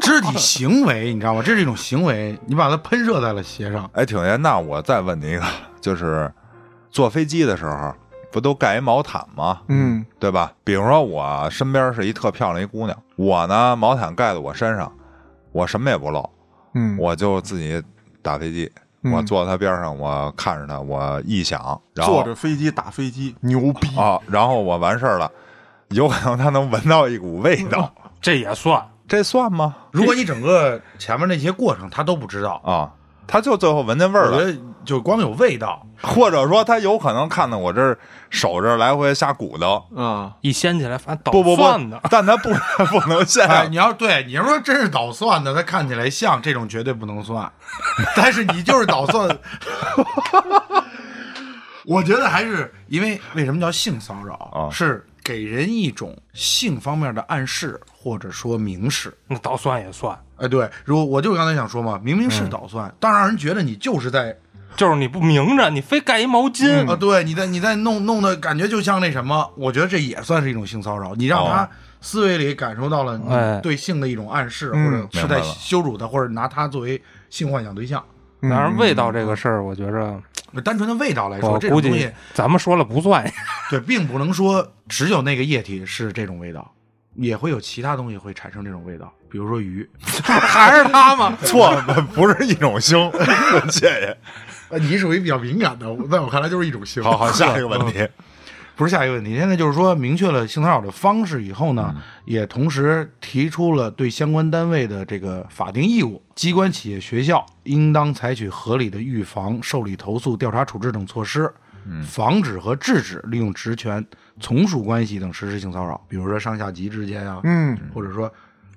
Speaker 4: 肢体行为，你知道吗？这是一种行为，你把它喷射在了鞋上，
Speaker 3: 哎，挺爷，那我再问你一个，就是坐飞机的时候，不都盖一毛毯吗？
Speaker 1: 嗯，
Speaker 3: 对吧？比如说我身边是一特漂亮一姑娘，我呢毛毯盖在我身上，我什么也不露，
Speaker 1: 嗯，
Speaker 3: 我就自己打飞机，
Speaker 1: 嗯
Speaker 3: 我坐在她边上，我看着她，我臆想，然后
Speaker 1: 坐着飞机打飞机，牛逼！
Speaker 3: 啊、然后我完事儿了，有可能她能闻到一股味道，
Speaker 1: 嗯
Speaker 2: 这也算。
Speaker 3: 这算吗？
Speaker 4: 如果你整个前面那些过程他都不知道，
Speaker 3: 啊、她就最后闻见味
Speaker 4: 我
Speaker 3: 儿
Speaker 4: 觉
Speaker 3: 了。
Speaker 4: 得就光有味道，
Speaker 3: 或者说他有可能看到我这儿手这儿来回瞎鼓捣，
Speaker 1: 啊，
Speaker 2: 一掀起来发现捣
Speaker 3: 不不不
Speaker 2: 蒜的，，
Speaker 3: 但他不不能现
Speaker 4: 哎，
Speaker 3: 场
Speaker 4: 你要对你要说真是捣蒜的，他看起来像这种绝对不能算， 但是你就是捣蒜， 我觉得还是因为为什么叫性骚扰、
Speaker 3: 啊
Speaker 4: 是给人一种性方面的暗示或者说明示。
Speaker 2: 那捣蒜也算，
Speaker 4: 哎，对，嗯如果我就刚才想说嘛，明明是捣蒜，但让人觉得你就是在
Speaker 2: 就是你不明着，你非盖一毛
Speaker 3: 嗯
Speaker 2: 巾，
Speaker 4: 啊，对，你在你在弄弄的感觉就像那什么，我觉得这也算是一种性骚扰。你让他
Speaker 3: 哦
Speaker 4: 思维里感受到了
Speaker 2: 哎
Speaker 4: 你对性的一种暗示，
Speaker 1: 嗯
Speaker 4: 或者是
Speaker 3: 明白
Speaker 4: 在
Speaker 3: 了
Speaker 4: 羞辱他，或者拿他作为性幻想对象。
Speaker 1: 嗯
Speaker 2: 当然味道这个事儿，我觉着。
Speaker 4: 单纯的味道来
Speaker 2: 我
Speaker 3: 哦
Speaker 4: 说，嗯这
Speaker 2: 估
Speaker 4: 种东西
Speaker 2: 计咱们说了不算，
Speaker 4: 对，并不能说只有那个液体是这种味道，也会有其他东西会产生这种味道，比如说鱼。
Speaker 2: 还是他吗？
Speaker 3: 错， 不是一种腥。谢谢。
Speaker 4: 呃，你属于比较敏感的，在我看来就是一种性。
Speaker 3: 好好，下一个嗯问题。
Speaker 4: 不是下一个问题，现在就是说明确了性骚扰的方式以后呢，也同时提出了对相关单位的这个法定义务，机关、企业、学校应当采取合理的预防、受理投诉、调查处置等措施，防止和制止利用职权、从属关系等实施性骚扰，比如说上下级之间呀、
Speaker 1: 嗯
Speaker 4: 或者说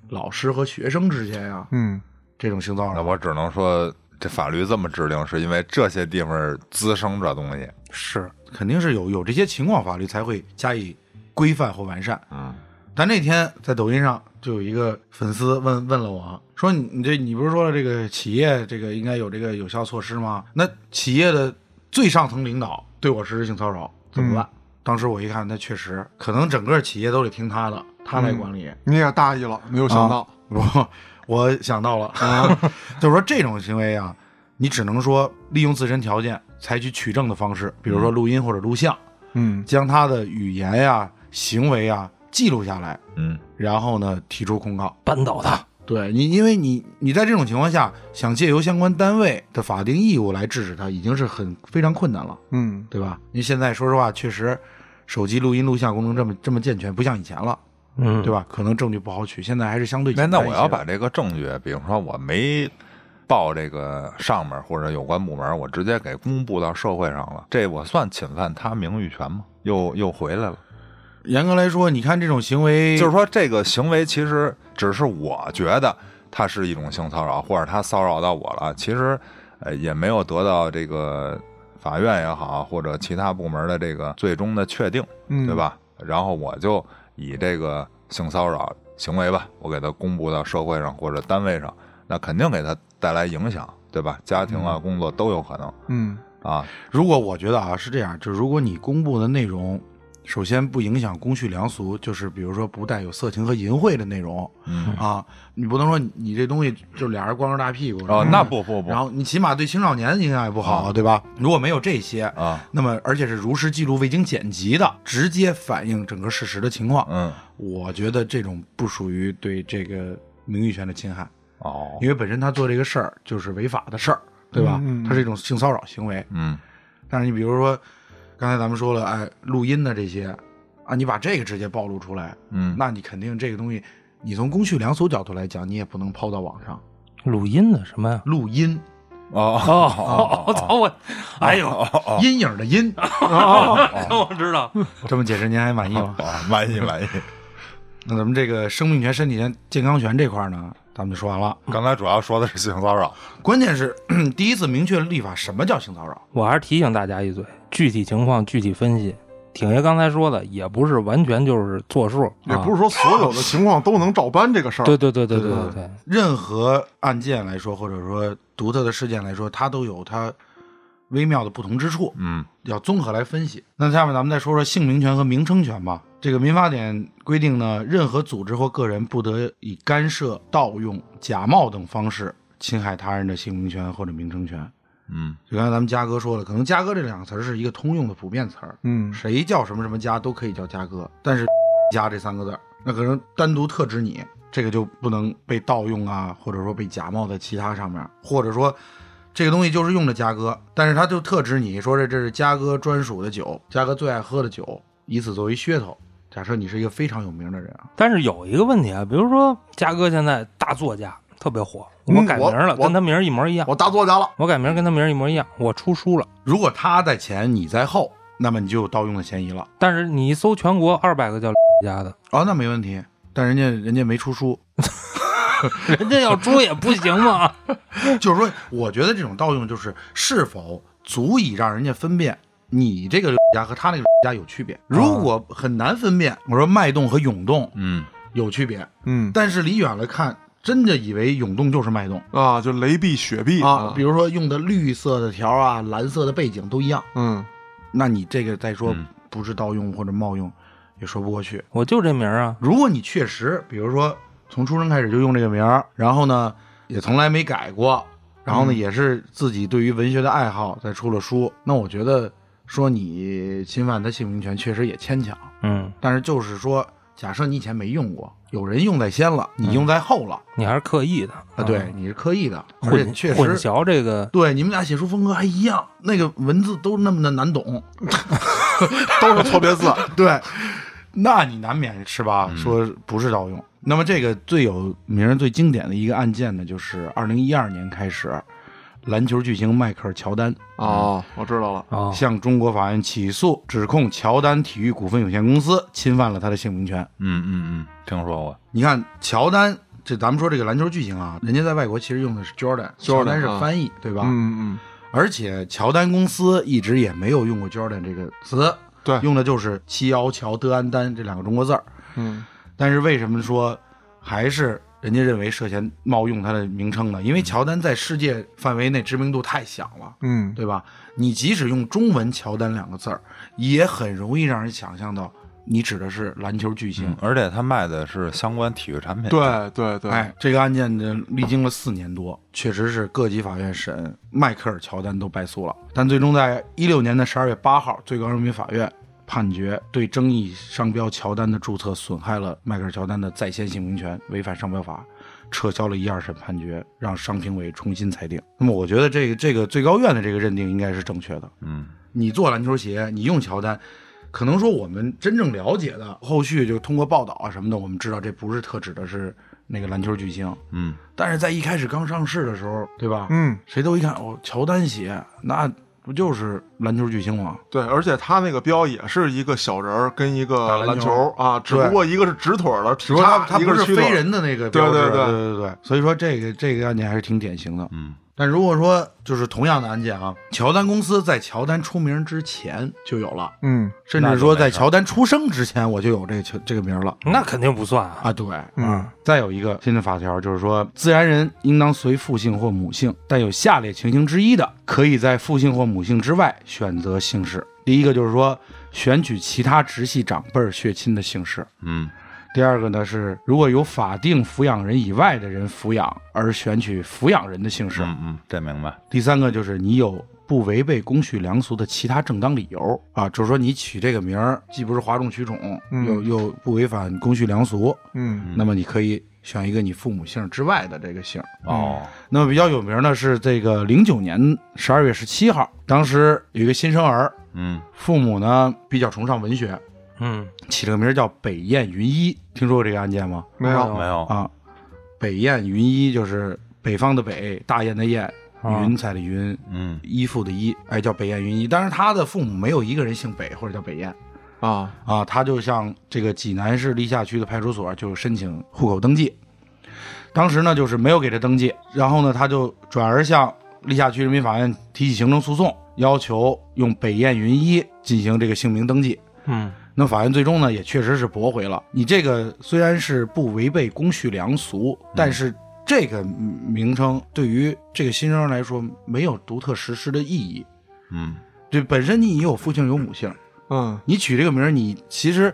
Speaker 4: 老师和学生之间呀、
Speaker 1: 嗯，
Speaker 4: 这种性骚
Speaker 3: 那
Speaker 4: 扰。
Speaker 3: 我只能说，这法律这么制定，是因为这些地方滋生这东西。
Speaker 2: 是，
Speaker 4: 肯定是有有这些情况，法律才会加以规范和完善。
Speaker 3: 嗯，
Speaker 4: 咱那天在抖音上就有一个粉丝问问了我说你：“你这你不是说了这个企业这个应该有这个有效措施吗？那企业的最上层领导对我实施性骚扰怎么办？”当时我一看，那确实可能整个企业都得听他的，他来管理。
Speaker 1: 你也大意了，没有想到，
Speaker 4: 我我想到了， 就是说这种行为啊，你只能说利用自身条件，采取取证的方式，比如说录音或者录像，
Speaker 1: 嗯
Speaker 4: 将他的语言呀、行为啊记录下来，
Speaker 3: 嗯，
Speaker 4: 然后呢提出公告。
Speaker 2: 扳倒他，
Speaker 4: 对你，因为你你在这种情况下想借由相关单位的法定义务来制止他，已经是很非常困难了，
Speaker 1: 嗯
Speaker 4: 对吧？因为现在说实话，确实手机录音录像功能这么这么健全，不像以前了。
Speaker 2: 嗯，
Speaker 4: 对吧？可能证据不好取，现在还是相对
Speaker 3: 那
Speaker 4: 简
Speaker 3: 那
Speaker 4: 单一
Speaker 3: 我
Speaker 4: 些
Speaker 3: 要把这个证据，比如说我没报这个上面或者有关部门，我直接给公布到社会上了，这我算侵犯他名誉权吗？又又回来了，
Speaker 4: 严格来说，你看这种行为，
Speaker 3: 就是说这个行为其实只是我觉得它是一种性骚扰，或者他骚扰到我了，其实呃也没有得到这个法院也好或者其他部门的这个最终的确定，
Speaker 1: 嗯
Speaker 3: 对吧？然后我就以这个性骚扰行为吧，我给它公布到社会上或者单位上，那肯定给它带来影响，对吧？家庭
Speaker 4: 嗯
Speaker 3: 啊、工作都有可能
Speaker 1: 嗯
Speaker 3: 啊。
Speaker 4: 如果我觉得啊是这样，就是如果你公布的内容，首先不影响公序良俗，就是比如说不带有色情和淫秽的内容，
Speaker 3: 嗯
Speaker 4: 啊，你不能说你你这东西就俩人光着大屁股，
Speaker 3: 哦，那不哦不不
Speaker 4: 嗯然后你起码对青少年影响也不好，对吧？如果没有这些，
Speaker 3: 啊，
Speaker 4: 那么而且是如实记录、未经剪辑的，直接反映整个事实的情况，
Speaker 3: 嗯
Speaker 4: 我觉得这种不属于对这个名誉权的侵害，
Speaker 3: 哦，
Speaker 4: 因为本身他做这个事儿就是违法的事儿，对吧？
Speaker 1: 嗯嗯嗯
Speaker 4: 它是一种性骚扰行为。
Speaker 3: 嗯
Speaker 4: 但是你比如说，刚才咱们说了，哎，录音的这些啊，你把这个直接暴露出来，
Speaker 3: 嗯，
Speaker 4: 那你肯定这个东西，你从公序良俗角度来讲，你也不能抛到网上。
Speaker 2: 录音的什么呀？
Speaker 4: 录音，
Speaker 3: 哦
Speaker 2: 哦，我操我，哎呦，
Speaker 4: 阴影的阴，
Speaker 2: 我知道，
Speaker 4: 这么解释您还满意吗？
Speaker 3: 哦， 满意满意。
Speaker 4: 那咱们这个生命权、身体权、健康权这块儿呢，咱们就说完了。
Speaker 3: 刚才主要说的是性骚扰，
Speaker 4: 关键是 第一次明确立法什么叫性骚扰，
Speaker 2: 我还是提醒大家一嘴，具体情况具体分析。挺爷刚才说的也不是完全就是作数，
Speaker 1: 也
Speaker 2: 啊
Speaker 1: 不是说所有的情况都能照搬这个事儿。
Speaker 2: 对对对对对对对，
Speaker 4: 任何案件来说，或者说独特的事件来说，它都有它微妙的不同之处，
Speaker 3: 嗯
Speaker 4: 要综合来分析。那下面咱们再说说姓名权和名称权吧。这个民法典规定呢，任何组织或个人不得以干涉、盗用、假冒等方式侵害他人的姓名权或者名称权。
Speaker 3: 嗯
Speaker 4: 就刚才咱们嘉哥说了，可能嘉哥这两个词儿是一个通用的普遍词儿，
Speaker 1: 嗯
Speaker 4: 谁叫什么什么家都可以叫家哥，但是 家这三个字儿，那可能单独特指你，这个就不能被盗用啊，或者说被假冒在其他上面，或者说这个东西就是用的家哥，但是它就特指你说这这是家哥专属的酒，家哥最爱喝的酒，以此作为噱头。假设你是一个非常有名的人啊，
Speaker 2: 但是有一个问题啊，比如说嘉哥现在大作家特别火，
Speaker 1: 嗯
Speaker 2: 我改名了，
Speaker 1: 我我
Speaker 2: 跟他名儿一模一样，
Speaker 1: 我大作家了，
Speaker 2: 我改名儿跟他名儿一模一样，我出书了，
Speaker 4: 如果他在前，你在后，那么你就有盗用的嫌疑了。
Speaker 2: 但是你一搜全国二百个叫家的，
Speaker 4: 哦，那没问题，但人家人家没出书，
Speaker 2: 人家要出也不行吗？
Speaker 4: 就是说，我觉得这种盗用就是是否足以让人家分辨你这个家和他那个家有区别。如果很难分辨，我说脉动和涌动
Speaker 3: 嗯
Speaker 4: 有区别，
Speaker 1: 嗯
Speaker 4: 但是离远了看，真的以为涌动就是脉动
Speaker 1: 啊，就雷碧、雪碧
Speaker 4: 啊。比如说用的绿色的条啊、蓝色的背景都一样，
Speaker 1: 嗯
Speaker 4: 那你这个再说
Speaker 3: 嗯
Speaker 4: 不是盗用或者冒用，也说不过去。
Speaker 2: 我就这名儿啊，
Speaker 4: 如果你确实，比如说从出生开始就用这个名儿，然后呢也从来没改过，然后呢、也是自己对于文学的爱好再出了书，那我觉得呃说你侵犯他姓名权确实也牵强。
Speaker 2: 嗯，
Speaker 4: 但是就是说，假设你以前没用过，有人用在先了，你用在后了、
Speaker 2: 你还是刻意的
Speaker 4: 啊，对，，你是刻意的，而且
Speaker 2: 混
Speaker 4: 确
Speaker 2: 混
Speaker 4: 实。
Speaker 2: 淆这个
Speaker 4: 对，你们俩写书风格还一样，那个文字都那么的难懂，
Speaker 1: 都是错别 字。
Speaker 4: 对，那你难免是吧？
Speaker 1: 嗯
Speaker 4: 说不是盗用。那么这个最有名儿、最经典的一个案件呢，就是二零一二年开始，篮球巨星迈克尔·乔丹
Speaker 1: 哦，我知道了。
Speaker 2: 啊，
Speaker 4: 向中国法院起诉，指控乔丹体育股份有限公司侵犯了他的姓名权。
Speaker 3: 嗯嗯嗯，听说过，
Speaker 4: 你看，乔丹这咱们说这个篮球巨星啊，人家在外国其实用的是 Jordan，乔丹是
Speaker 1: 啊
Speaker 4: 翻译，对吧？
Speaker 1: 嗯嗯，
Speaker 4: 而且乔丹公司一直也没有用过 Jordan 这个词，
Speaker 1: 对
Speaker 4: 用的就是七幺乔德安丹这两个中国字儿。
Speaker 1: 嗯
Speaker 4: 但是为什么说还是人家认为涉嫌冒用他的名称呢？因为乔丹在世界范围内知名度太响了，
Speaker 1: 嗯，
Speaker 4: 对吧？你即使用中文“乔丹”两个字儿，也很容易让人想象到你指的是篮球巨星。
Speaker 3: 嗯，而且他卖的是相关体育产品，，
Speaker 1: 对对对，
Speaker 4: 哎，这个案件呢，历经了四年多，确实是各级法院审，迈克尔·乔丹都败诉了，但最终在一六年的十二月八号，最高人民法院判决对争议商标乔丹的注册损害了迈克尔·乔丹的在先姓名权，违反商标法，撤销了一二审判决，让商评委重新裁定。那么，我觉得这个这个最高院的这个认定应该是正确的。
Speaker 3: 嗯
Speaker 4: 你做篮球鞋，你用乔丹，可能说我们真正了解的，后续就通过报道啊什么的，我们知道这不是特指的是那个篮球巨星，
Speaker 3: 嗯，
Speaker 4: 但是在一开始刚上市的时候，对吧？
Speaker 1: 嗯，
Speaker 4: 谁都一看哦，乔丹鞋，那不就是篮球巨星吗？
Speaker 1: 对，而且他那个标也是一个小人儿跟一
Speaker 4: 打
Speaker 1: 个
Speaker 4: 篮
Speaker 1: 篮
Speaker 4: 球
Speaker 1: 球啊，只不过一个是直腿儿的，
Speaker 4: 只
Speaker 1: 劈
Speaker 4: 不过他
Speaker 1: 叉，
Speaker 4: 他
Speaker 1: 一
Speaker 4: 不
Speaker 1: 个
Speaker 4: 是
Speaker 1: 虚
Speaker 4: 飞
Speaker 1: 腿儿
Speaker 4: 人的那个
Speaker 1: 对
Speaker 4: 标志
Speaker 1: 对
Speaker 4: 对
Speaker 1: 对
Speaker 4: 对对，所以说这个这个案件还是挺典型的。
Speaker 3: 嗯，
Speaker 4: 但如果说就是同样的案件啊，乔丹公司在乔丹出名之前就有了，
Speaker 1: 嗯，
Speaker 4: 甚至说在乔丹出生之前我就有这个球这个名了
Speaker 2: 那肯定不算啊。
Speaker 4: 啊。对，
Speaker 1: 嗯，
Speaker 4: 再有一个新的法条就是说，自然人应当随父姓或母姓，但有下列情形之一的，可以在父姓或母姓之外选择姓氏。第一个就是说，选取其他直系长辈儿血亲的姓氏。
Speaker 3: 嗯，
Speaker 4: 第二个呢是，如果有法定抚养人以外的人抚养，而选取抚养人的姓氏。
Speaker 3: 嗯嗯，这明白，
Speaker 4: 第三个就是你有不违背公序良俗的其他正当理由啊，就是说你取这个名儿既不是哗众取宠，
Speaker 1: 嗯
Speaker 4: 又又不违反公序良俗，
Speaker 1: 嗯，
Speaker 4: 那么你可以选一个你父母姓之外的这个姓。
Speaker 3: 哦，
Speaker 4: 那么比较有名的是这个零九年十二月十七号，当时有一个新生儿，
Speaker 3: 嗯，
Speaker 4: 父母呢比较崇尚文学，
Speaker 2: 嗯，
Speaker 4: 起了个名儿叫北燕云一，听说过这个案件吗？
Speaker 1: 没有，
Speaker 3: 没有，
Speaker 4: 啊，北燕云一就是北方的北，大雁的雁，云彩的云，
Speaker 3: 嗯
Speaker 4: 依附的依，哎，叫北燕云一。但是他的父母没有一个人姓北或者叫北燕
Speaker 1: 啊，
Speaker 4: 啊，他就向这个济南市历下区的派出所就申请户口登记。当时呢，就是没有给他登记，然后呢，他就转而向历下区人民法院提起行政诉讼，要求用北燕云一进行这个姓名登记。
Speaker 2: 嗯，
Speaker 4: 那法院最终呢，也确实是驳回了。你这个虽然是不违背公序良俗，但是这个名称对于这个新生儿来说没有独特实施的意义。
Speaker 3: 嗯
Speaker 4: 对，本身你有父姓有母姓，
Speaker 1: 嗯
Speaker 4: 你取这个名儿，你其实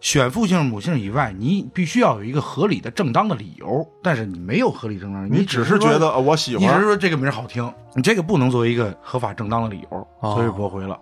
Speaker 4: 选父姓母姓以外，你必须要有一个合理的正当的理由。但是你没有合理正当理由，
Speaker 1: 你只
Speaker 4: 只
Speaker 1: 是
Speaker 4: 说
Speaker 1: 觉得呃我喜
Speaker 4: 你只是
Speaker 1: 欢，
Speaker 4: 说这个名儿好听，你这个不能作为一个合法正当的理由，
Speaker 2: 哦
Speaker 4: 所以驳回了。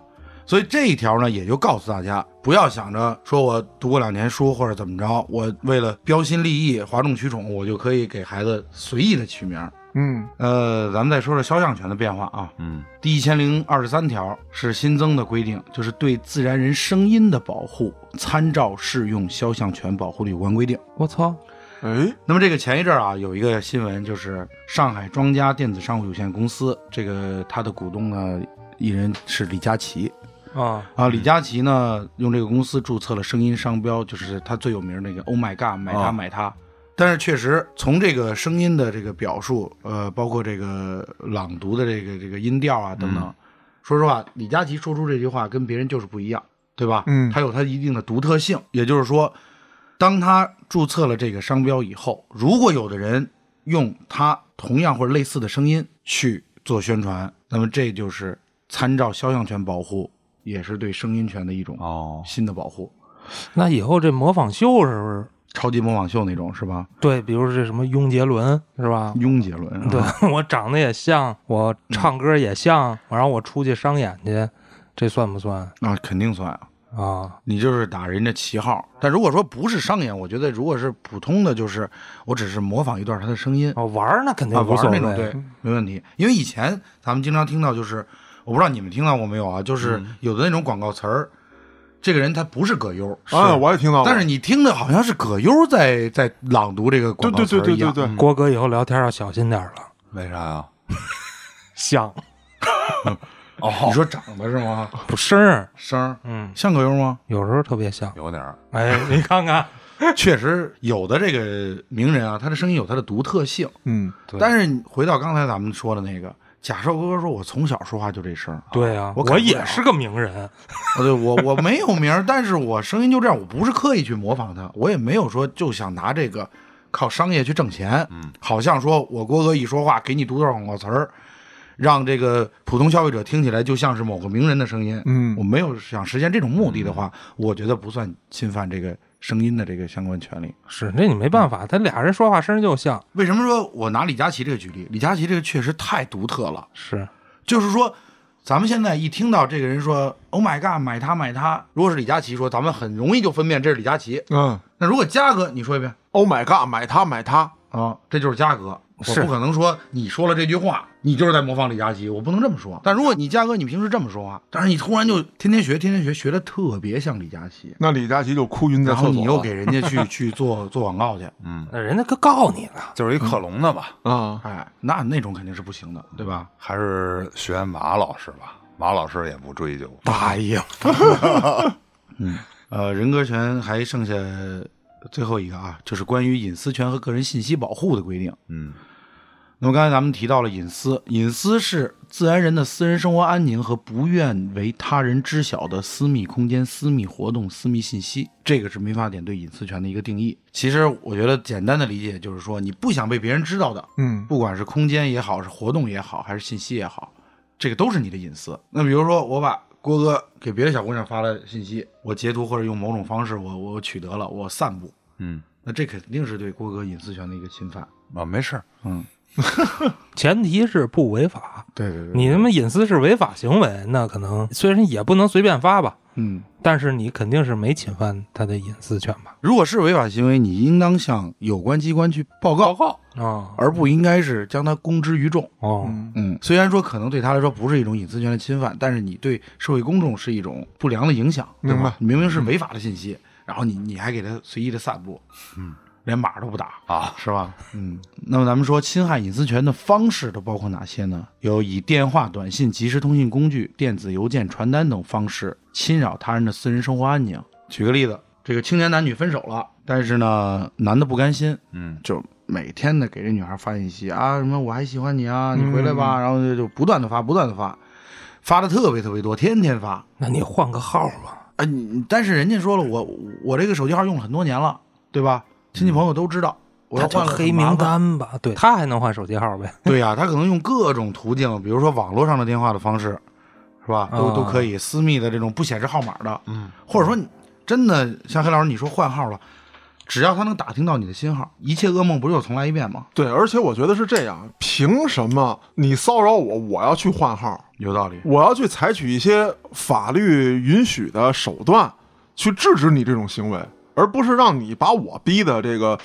Speaker 4: 所以这一条呢，也就告诉大家，不要想着说我读过两年书或者怎么着，我为了标新立异、哗众取宠，我就可以给孩子随意的取名儿。
Speaker 1: 嗯
Speaker 4: 呃，咱们再说说肖像权的变化啊。
Speaker 3: 嗯
Speaker 4: 第一千零二十三条是新增的规定，就是对自然人声音的保护，参照适用肖像权保护的有关规定。
Speaker 2: 我操，
Speaker 1: 哎，
Speaker 4: 那么这个前一阵儿啊，有一个新闻，就是上海庄家电子商务有限公司，这个它的股东呢，一人是李佳琦
Speaker 2: 啊，
Speaker 4: 啊。李佳琦呢，用这个公司注册了声音商标，就是他最有名的那个 “Oh my God”，买它
Speaker 3: 啊
Speaker 4: 买它。但是确实，从这个声音的这个表述，呃，包括这个朗读的这个这个音调啊等等，说实话，李佳琦说出这句话跟别人就是不一样，对吧？
Speaker 1: 嗯
Speaker 4: 它有它一定的独特性。也就是说，当他注册了这个商标以后，如果有的人用他同样或者类似的声音去做宣传，那么这就是参照肖像权保护，也是对声音权的一种
Speaker 3: 哦，
Speaker 4: 新的保护。
Speaker 2: 那以后这模仿秀是不是？
Speaker 4: 超级模仿秀那种是吧？
Speaker 2: 对，比如这什么雍杰伦是吧？
Speaker 4: 雍杰伦、啊、
Speaker 2: 对 我长得也像，我唱歌也像，然后我出去商演去，这算不算
Speaker 4: 啊，肯定算啊。
Speaker 2: 啊？
Speaker 4: 你就是打人家旗号，但如果说不是商演，我觉得如果是普通的，就是我只是模仿一段他的声音，
Speaker 2: 哦，玩儿那肯定
Speaker 4: 啊，
Speaker 2: 无
Speaker 4: 玩
Speaker 2: 所
Speaker 4: 儿
Speaker 2: 谓
Speaker 4: 那，种对，
Speaker 1: 嗯
Speaker 4: 没问题。因为以前咱们经常听到，就是我不知道你们听到过没有啊，就是
Speaker 1: 嗯
Speaker 4: 有的那种广告词儿，这个人他不是葛优，
Speaker 1: 啊，我也听到过，
Speaker 4: 但是你听的好像是葛优在在朗读这个
Speaker 1: 对
Speaker 4: 广告
Speaker 1: 对
Speaker 4: 词
Speaker 1: 对
Speaker 4: 儿
Speaker 1: 对
Speaker 4: 一样
Speaker 1: 对。对，
Speaker 2: 郭哥以后聊天要小心点儿了，
Speaker 3: 为啥呀？
Speaker 2: 像
Speaker 4: 哦
Speaker 3: 哦
Speaker 4: 你说长得是吗？
Speaker 2: 不声儿，
Speaker 4: 声儿
Speaker 2: 嗯，
Speaker 4: 像葛优吗？
Speaker 2: 有时候特别像。
Speaker 3: 有点儿，
Speaker 2: 哎，你看看，
Speaker 4: 确实有的这个名人啊，他的声音有他的独特性。
Speaker 1: 嗯
Speaker 2: 对
Speaker 4: 但是你回到刚才咱们说的那个，假设郭哥说我从小说话就这声儿，
Speaker 2: 对呀、
Speaker 4: 我
Speaker 2: 我
Speaker 4: 改不
Speaker 2: 也
Speaker 4: 了
Speaker 2: 是个名人，
Speaker 4: 啊，对我我没有名儿，但是我声音就这样，我不是刻意去模仿他，我也没有说就想拿这个靠商业去挣钱。嗯，好像说我郭哥一说话，给你读段广告词儿，让这个普通消费者听起来就像是某个名人的声音。
Speaker 1: 嗯
Speaker 4: 我没有想实现这种目的的话，我觉得不算侵犯这个声音的这个相关权利。
Speaker 2: 是那你没办法，他俩人说话声儿就像，
Speaker 4: 为什么说我拿李佳琦这个举例？李佳琦这个确实太独特了。
Speaker 2: 是
Speaker 4: 就是说，咱们现在一听到这个人说 “Oh my god”，买它买它，如果是李佳琦说，咱们很容易就分辨这是李佳琦。
Speaker 1: 嗯
Speaker 4: 那如果嘉哥，你说一遍
Speaker 1: ，Oh my 哦 god，买它买它，
Speaker 4: 啊，这就是嘉哥。我不可能说你说了这句话，你就是在模仿李佳琦，我不能这么说。但如果你嘉哥，你平时这么说话，但是你突然就天天学，天天学，学的特别像李佳琦，
Speaker 1: 那李佳琦就哭晕在
Speaker 4: 然
Speaker 1: 厕所啊
Speaker 4: 后
Speaker 1: 了。
Speaker 4: 你又给人家去去做 做广告去，
Speaker 2: 那人家可告你了。
Speaker 3: 就是一克隆的吧，
Speaker 1: 啊，
Speaker 4: 哎，那那种肯定是不行的，对吧？
Speaker 3: 还是学马老师吧，马老师也不追究。
Speaker 4: 大爷，嗯，呃，人格权还剩下最后一个啊，就是关于隐私权和个人信息保护的规定。
Speaker 3: 嗯，
Speaker 4: 那么刚才咱们提到了隐私，隐私是自然人的私人生活安宁和不愿为他人知晓的私密空间、私密活动、私密信息，这个是民法典对隐私权的一个定义。其实我觉得简单的理解就是说，你不想被别人知道的，
Speaker 1: 嗯，
Speaker 4: 不管是空间也好，是活动也好，还是信息也好，这个都是你的隐私。那比如说，我把郭哥给别的小姑娘发了信息，我截图或者用某种方式我，我取得了，我散布，
Speaker 3: 嗯，
Speaker 4: 那这肯定是对郭哥隐私权的一个侵犯。
Speaker 3: 啊，没事儿，
Speaker 2: 前提是不违法。
Speaker 4: 嗯对对对，
Speaker 2: 你他妈隐私是违法行为，那可能虽然也不能随便发吧，
Speaker 4: 嗯，
Speaker 2: 但是你肯定是没侵犯他的隐私权吧？
Speaker 4: 如果是违法行为，你应当向有关机关去报告，报告，
Speaker 2: 啊
Speaker 4: 而不应该是将它公之于众。
Speaker 2: 哦，
Speaker 4: 嗯，虽然说可能对他来说不是一种隐私权的侵犯，但是你对社会公众是一种不良的影响，对吧
Speaker 1: 明白
Speaker 4: 你明明是违法的信息，然后你你还给他随意的散布，嗯，连码都不打
Speaker 3: 啊，
Speaker 4: 是吧？嗯，那么咱们说侵害隐私权的方式都包括哪些呢？有以电话、短信、即时通信工具、电子邮件、传单等方式侵扰他人的私人生活安宁。举个例子，这个青年男女分手了，但是呢，男的不甘心，
Speaker 3: 嗯，
Speaker 4: 就每天的给这女孩发信息啊，什么我还喜欢你啊，你回来吧，然后就就不断的发，不断的发，发的特别特别多，天天发。
Speaker 2: 那你换个号吧。
Speaker 4: 啊，你你但是人家说了，我我这个手机号用了很多年了，对吧？亲戚朋友都知道，我
Speaker 2: 他
Speaker 4: 要
Speaker 2: 就
Speaker 4: 换了
Speaker 2: 黑
Speaker 4: 很麻
Speaker 2: 名
Speaker 4: 烦。
Speaker 2: 单吧，对他还能换手机号呗？
Speaker 4: 对呀、他可能用各种途径，比如说网络上的电话的方式，是吧？都、
Speaker 2: 啊
Speaker 4: 都可以，私密的这种不显示号码的，嗯，或者说你真的像黑老师你说换号了，只要他能打听到你的新号，一切噩梦不是又重来一遍吗？
Speaker 1: 对，而且我觉得是这样，凭什么你骚扰我，我要去换号，
Speaker 4: 有道理。
Speaker 1: 我要去采取一些法律允许的手段去制止你这种行为，而不是让你把我逼的这个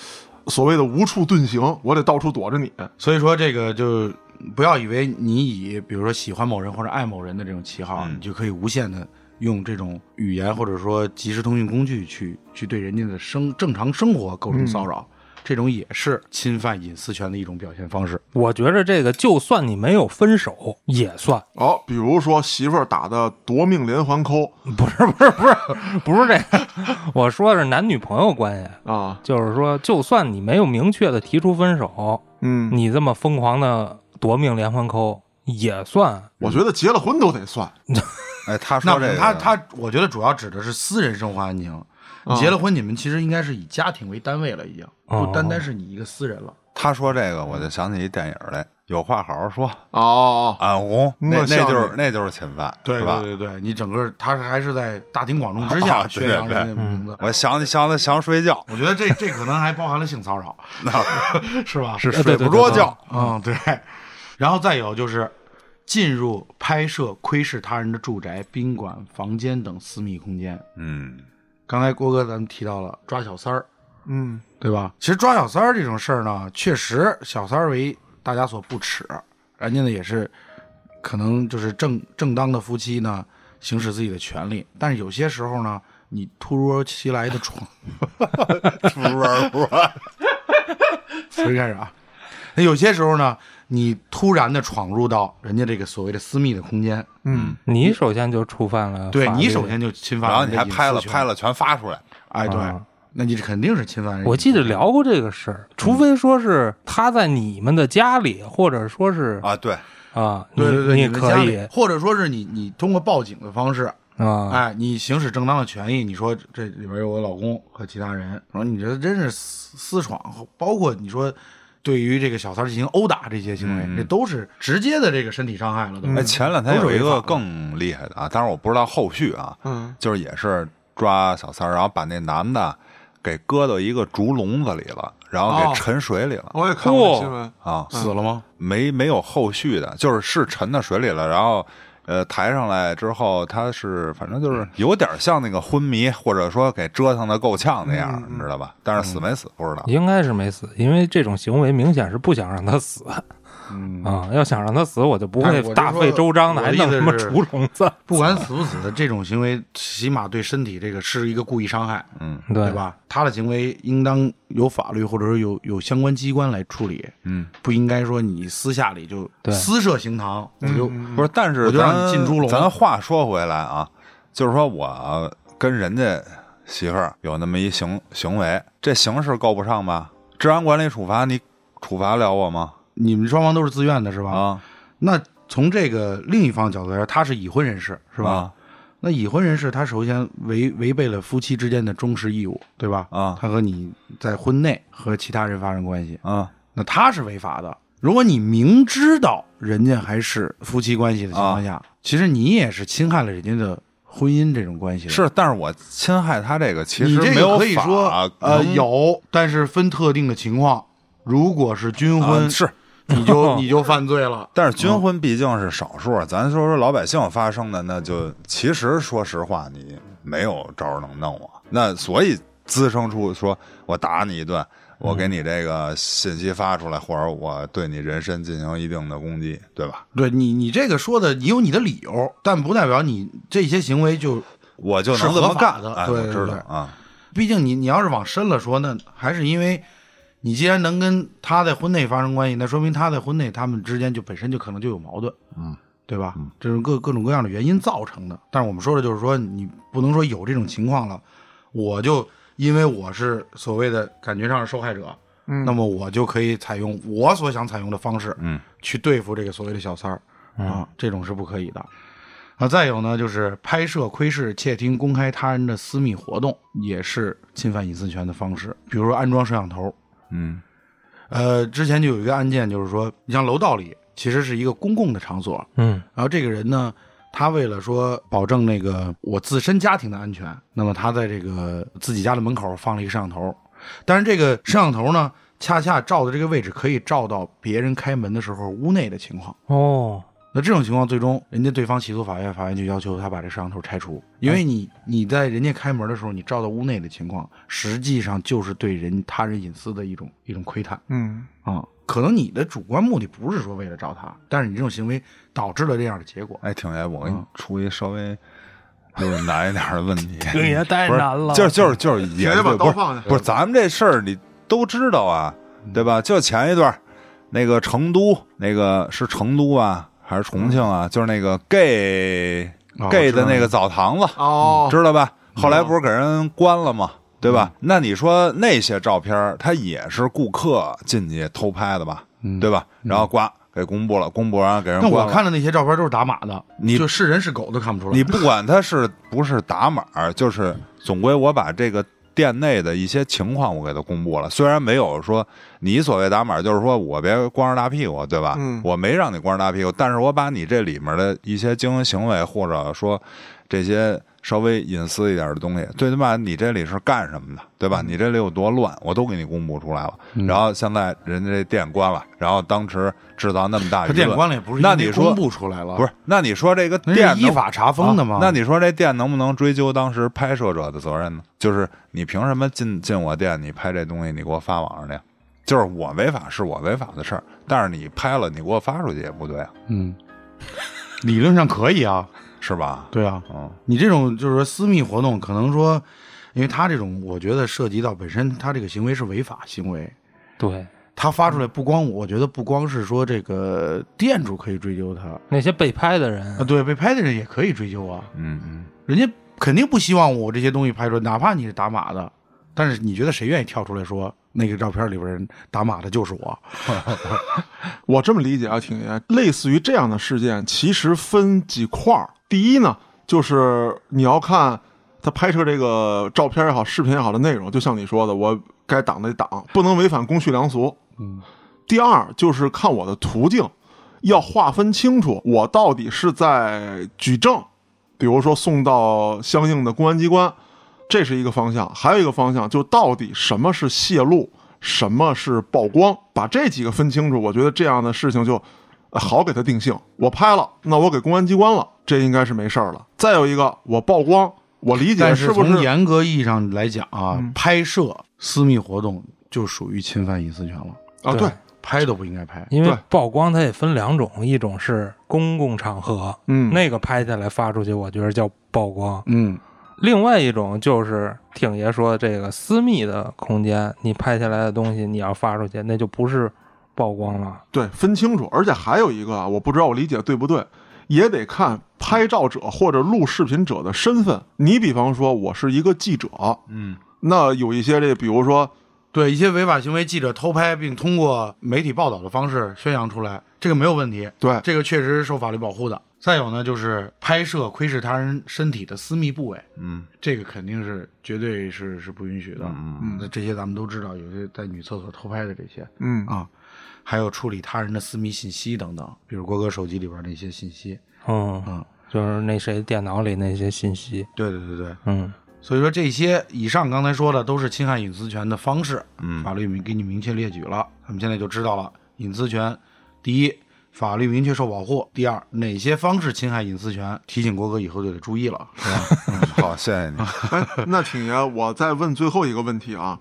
Speaker 1: 所谓的无处遁形，我得到处躲着你。
Speaker 4: 所以说这个就不要以为你以比如说喜欢某人或者爱某人的这种旗号，你就可以无限的用这种语言或者说即时通讯工具去去对人家的生正常生活构成骚扰，这种也是侵犯隐私权的一种表现方式。
Speaker 2: 我觉着这个，就算你没有分手，也算
Speaker 1: 哦，比如说媳妇儿打的夺命连环扣
Speaker 2: 不是不是不是不是这个。 我说的是男女朋友关系，
Speaker 1: 啊，
Speaker 2: 就是说，就算你没有明确的提出分手，
Speaker 1: 嗯，
Speaker 2: 你这么疯狂的夺命连环扣也算
Speaker 1: 我觉得结了婚都得算，
Speaker 3: 哎，他
Speaker 4: 那
Speaker 3: 说这个，
Speaker 4: 他他，我觉得主要指的是私人生活安宁。
Speaker 3: 嗯
Speaker 4: 结了婚，你们其实应该是以家庭为单位了，已经
Speaker 2: 哦
Speaker 4: 不单单是你一个私人了。
Speaker 3: 他说这个，我就想起一电影来，有话好好说，
Speaker 1: 哦，
Speaker 3: 俺红，那
Speaker 1: 我
Speaker 3: 那
Speaker 1: 笑
Speaker 3: 就是
Speaker 1: 你
Speaker 3: 那就是侵犯，
Speaker 4: 对
Speaker 3: 是吧？
Speaker 4: 对对，你整个他还是在大庭广众之下
Speaker 3: 啊对
Speaker 4: 宣扬人家
Speaker 3: 对嗯
Speaker 4: 的名字。
Speaker 3: 我想想他想睡觉，
Speaker 4: 我觉得这这可能还包含了性骚 扰，是吧？是
Speaker 2: 睡
Speaker 3: 不着觉，
Speaker 4: 嗯，对。然后再有就是进入、拍摄、窥视他人的住宅、宾馆、房间等私密空间。
Speaker 3: 嗯，
Speaker 4: 刚才郭哥咱们提到了抓小三儿，
Speaker 1: 嗯，
Speaker 4: 对吧？其实抓小三儿这种事儿呢，确实小三儿为大家所不齿，人家呢也是可能就是正正当的夫妻呢行使自己的权利，但是有些时候呢，你突如其来的闯。
Speaker 3: 不是不是，
Speaker 4: 重新开始啊。那有些时候呢，你突然的闯入到人家这个所谓的私密的空间，
Speaker 1: 嗯，
Speaker 2: 你首先就触犯了
Speaker 4: 对
Speaker 2: 法律
Speaker 4: 你首，先就侵犯
Speaker 3: 然后
Speaker 4: 了
Speaker 3: 你还拍了
Speaker 4: 隐私权
Speaker 3: 拍，了全发出来，
Speaker 4: 哎，对，
Speaker 2: 啊
Speaker 4: 那你这肯定是侵犯人。
Speaker 2: 我记得，聊过这个事
Speaker 4: 嗯
Speaker 2: 儿，除非说是他在你们的家里，或者说是
Speaker 3: 啊，对，
Speaker 2: 啊，你
Speaker 4: 对对对，
Speaker 2: 你
Speaker 4: 们
Speaker 2: 可
Speaker 4: 家里
Speaker 2: 以
Speaker 4: 或者说是你你通过报警的方式，
Speaker 2: 啊，
Speaker 4: 哎，你行使正当的权益，你说这里边有我老公和其他人，然后你这真是私私闯，包括你说对于这个小三儿进行殴打这些行为，
Speaker 2: 嗯
Speaker 4: 这都是直接的这个身体伤害了，都。
Speaker 3: 哎，前两天有一
Speaker 4: 嗯都是违法
Speaker 3: 个
Speaker 4: 的
Speaker 3: 更厉害的啊，但是我不知道后续啊，
Speaker 1: 嗯，
Speaker 3: 就是也是抓小三儿，然后把那男的给搁到一个竹笼子里了，然后
Speaker 1: 哦
Speaker 3: 给沉水里了
Speaker 1: 我也
Speaker 4: 哦
Speaker 1: 看过这新闻，
Speaker 4: 嗯
Speaker 3: 啊，
Speaker 4: 死了吗？
Speaker 3: 没没有后续的，就是是沉到水里了，然后呃，抬上来之后，他是反正
Speaker 4: 嗯
Speaker 3: 就是有点像那个昏迷，或者说给折腾的够呛那
Speaker 4: 嗯
Speaker 3: 样，你知道吧？但是死没死不知道。
Speaker 2: 应该是没死，因为这种行为明显是不想让他死啊、
Speaker 4: 嗯，
Speaker 2: 要想让他死，我就不
Speaker 4: 但
Speaker 2: 会
Speaker 4: 是我就
Speaker 2: 大
Speaker 4: 说
Speaker 2: 费周章的，
Speaker 4: 我
Speaker 2: 还
Speaker 4: 的意
Speaker 2: 弄
Speaker 4: 思
Speaker 2: 什么
Speaker 4: 是
Speaker 2: 除虫子？
Speaker 4: 不管死不死的这种行为，起码对身体这个是一个故意伤害，
Speaker 3: 嗯
Speaker 2: 对
Speaker 4: 对？吧？他的行为应当由法律或者说有有相关机关来处理，
Speaker 3: 嗯，
Speaker 4: 不应该说你私下里就
Speaker 2: 对
Speaker 4: 私设行堂，我就
Speaker 3: 不是，但是
Speaker 4: 嗯我就让
Speaker 3: 咱
Speaker 4: 你进猪笼
Speaker 3: 咱话说回来啊，就是说我跟人家媳妇儿有那么一行行为，这形式够不上吧？治安管理处罚你处罚了我吗？
Speaker 4: 你们双方都是自愿的，是吧？
Speaker 3: 啊，
Speaker 4: 那从这个另一方角度来说，他是已婚人士，是吧？
Speaker 3: 啊
Speaker 4: 那已婚人士他首先违违背了夫妻之间的忠实义务，对吧？
Speaker 3: 啊
Speaker 4: 他和你在婚内和其他人发生关系，
Speaker 3: 啊
Speaker 4: 那他是违法的。如果你明知道人家还是夫妻关系的情况
Speaker 3: 啊
Speaker 4: 下，其实你也是侵害了人家的婚姻这种关系的。
Speaker 3: 是，但是我侵害他这个其
Speaker 4: 嗯你
Speaker 3: 实
Speaker 4: 这
Speaker 3: 没
Speaker 4: 个
Speaker 3: 有
Speaker 4: 可以
Speaker 3: 法
Speaker 4: 说呃
Speaker 3: 能
Speaker 4: 有，但是分特定的情况，如果是军
Speaker 3: 啊
Speaker 4: 婚，
Speaker 3: 是，
Speaker 4: 你 就你就犯罪了。
Speaker 3: 但是军婚毕竟是少数，咱说说老百姓发生的，那就其实说实话，你没有招儿能弄我。那所以滋生出说我打你一顿，我给你这个信息发出来，或者我对你人身进行一定的攻击，对吧？
Speaker 4: 对你，你这个说的，你有你的理由，但不代表你这些行为就，
Speaker 3: 我就能
Speaker 4: 是
Speaker 3: 这
Speaker 4: 合
Speaker 3: 么干
Speaker 4: 法的
Speaker 3: 哎，
Speaker 4: 对
Speaker 3: 我知道
Speaker 4: 对对
Speaker 3: 啊，
Speaker 4: 毕竟你你要是往深了说，那还是因为，你既然能跟他在婚内发生关系，那说明他在婚内他们之间就本身就可能就有矛盾，嗯，对吧？这是各各种各样的原因造成的。但是我们说的就是说，你不能说有这种情况了，我就因为我是所谓的感觉上是受害者，
Speaker 1: 嗯
Speaker 4: 那么我就可以采用我所想采用的方式，
Speaker 3: 嗯，
Speaker 4: 去对付这个所谓的小三儿啊，这种是不可以的。啊，再有呢，就是拍摄、窥视、窃听、公开他人的私密活动，也是侵犯隐私权的方式。比如说安装摄像头，
Speaker 3: 嗯
Speaker 4: 呃，之前就有一个案件，就是说，你像楼道里其实是一个公共的场所，
Speaker 2: 嗯
Speaker 4: 然后这个人呢，他为了说保证那个我自身家庭的安全，那么他在这个自己家的门口放了一个摄像头，但是这个摄像头呢，恰恰照的这个位置可以照到别人开门的时候屋内的情况。
Speaker 2: 哦，
Speaker 4: 那这种情况，最终人家对方起诉法院，法院就要求他把这摄像头拆除，因为你你在人家开门的时候，你照到屋内的情况，实际上就是对人他人隐私的一种一种窥探
Speaker 1: 嗯，
Speaker 4: 啊、可能你的主观目的不是说为了照他，但是你这种行为导致了这样的结果。
Speaker 3: 哎，挺爷，我给你出一稍微就是难一点的问 题，
Speaker 2: 这 也太
Speaker 3: 不是
Speaker 2: 难了。
Speaker 3: 就是就是就是也
Speaker 1: 直接把
Speaker 3: 不
Speaker 1: 刀
Speaker 3: 是
Speaker 1: 放下。
Speaker 3: 不是，咱们这事儿你都知道啊，
Speaker 2: 嗯
Speaker 3: 对吧？就前一段儿，那个成都，那个是成都啊，还是重庆啊？就是那个 gay
Speaker 4: 哦
Speaker 3: gay 的
Speaker 4: 知道
Speaker 3: 那个澡堂子，
Speaker 1: 哦，
Speaker 3: 知道吧？后
Speaker 2: 嗯
Speaker 3: 来不是给人关了吗？对吧？那你说那些照片儿，他也是顾客进去偷拍的吧？
Speaker 2: 嗯
Speaker 3: 对吧？然后呱给公布了，公布完给人
Speaker 4: 那
Speaker 3: 关
Speaker 4: 我
Speaker 3: 了。
Speaker 4: 看的那些照片都是打码的，
Speaker 3: 你
Speaker 4: 就是人是狗都看不出来。
Speaker 3: 你不管他是不是打码儿，就是总归我把这个店内的一些情况我给他公布了。虽然没有说你所谓打码儿，就是说我别光着大屁股，对吧？
Speaker 1: 嗯
Speaker 3: 我没让你光着大屁股，但是我把你这里面的一些经营行为，或者说这些稍微隐私一点的东西，最起码你这里是干什么的，对
Speaker 4: 嗯
Speaker 3: 吧？你这里有多乱，我都给你公布出来了。然后现在人家这店关了，然后当时制造那么大舆
Speaker 4: 他
Speaker 3: 论，
Speaker 4: 店关了也不是
Speaker 3: 那
Speaker 4: 因为
Speaker 3: 你说
Speaker 4: 公布出来了，
Speaker 3: 不是？那你说这个
Speaker 4: 那
Speaker 3: 店
Speaker 4: 是依
Speaker 3: 能
Speaker 4: 法查封的吗？
Speaker 3: 啊那你说这店能不能追究当时拍摄者的责任呢？就是你凭什么进进我店，你拍这东西，你给我发网上去？就是我违法是我违法的事儿，但是你拍了，你给我发出去也不对啊，
Speaker 4: 嗯， 理论上可以啊，
Speaker 3: 是吧？
Speaker 4: 对啊，
Speaker 3: 嗯
Speaker 4: 你这种就是说私密活动，可能说，因为他这种，我觉得涉及到本身他这个行为是违法行为，
Speaker 2: 对
Speaker 4: 他发出来不光我觉得不光是说这个店主可以追究他
Speaker 2: 那些被拍的人
Speaker 4: 啊，，对，被拍的人也可以追究啊，
Speaker 3: 嗯嗯，
Speaker 4: 人家肯定不希望我这些东西拍出来，哪怕你是打码的，但是你觉得谁愿意跳出来说那个照片里边人打码的就是我？
Speaker 1: 我这么理解啊，挺爷，类似于这样的事件，其实分几块儿。第一呢，就是你要看他拍摄这个照片也好、视频也好的内容，就像你说的，我该挡的挡，不能违反公序良俗。嗯。第二就是看我的途径，要划分清楚，我到底是在举证，比如说送到相应的公安机关，这是一个方向；还有一个方向，就到底什么是泄露，什么是曝光，把这几个分清楚，我觉得这样的事情就呃好给它定性。我拍了，那我给公安机关了，这应该是没事儿了。再有一个，我曝光，我理解
Speaker 4: 但
Speaker 1: 是不
Speaker 4: 从
Speaker 1: 是？
Speaker 4: 严格意义上来讲啊，
Speaker 1: 嗯
Speaker 4: 拍摄私密活动就属于侵犯隐私权了，
Speaker 1: 啊，对，
Speaker 4: 拍都不应该拍。
Speaker 2: 因为
Speaker 1: 对
Speaker 2: 曝光它也分两种，一种是公共场合，
Speaker 1: 嗯，
Speaker 2: 那个拍下来发出去，我觉得叫曝光；
Speaker 4: 嗯，
Speaker 2: 另外一种就是挺爷说的这个私密的空间，你拍下来的东西你要发出去，那就不是曝光了。
Speaker 1: 对，分清楚。而且还有一个啊，我不知道我理解对不对，也得看拍照者或者录视频者的身份。你比方说，我是一个记者，
Speaker 3: 嗯，
Speaker 1: 那有一些这，比如说，
Speaker 4: 对一些违法行为，记者偷拍并通过媒体报道的方式宣扬出来，这个没有问题，
Speaker 1: 对，
Speaker 4: 这个确实是受法律保护的。再有呢，就是拍摄窥视他人身体的私密部位，
Speaker 3: 嗯
Speaker 4: 这个肯定是绝对是是不允许的。
Speaker 3: 嗯
Speaker 1: 嗯
Speaker 4: 那这些咱们都知道，有些在女厕所偷拍的这些
Speaker 1: 嗯
Speaker 4: 啊，还有处理他人的私密信息等等，比如郭哥手机里边那些信息。
Speaker 2: 嗯，
Speaker 4: 嗯
Speaker 2: 就是那谁电脑里那些信息，
Speaker 4: 对对对对，
Speaker 2: 嗯，
Speaker 4: 所以说这些以上刚才说的都是侵害隐私权的方式，
Speaker 3: 嗯
Speaker 4: 法律明给你明确列举了，我们现在就知道了隐私权，第一，法律明确受保护；第二，哪些方式侵害隐私权，提醒郭哥以后就得注意了，是吧？
Speaker 3: 嗯，好，谢谢你。
Speaker 1: 哎，那挺爷，我再问最后一个问题啊。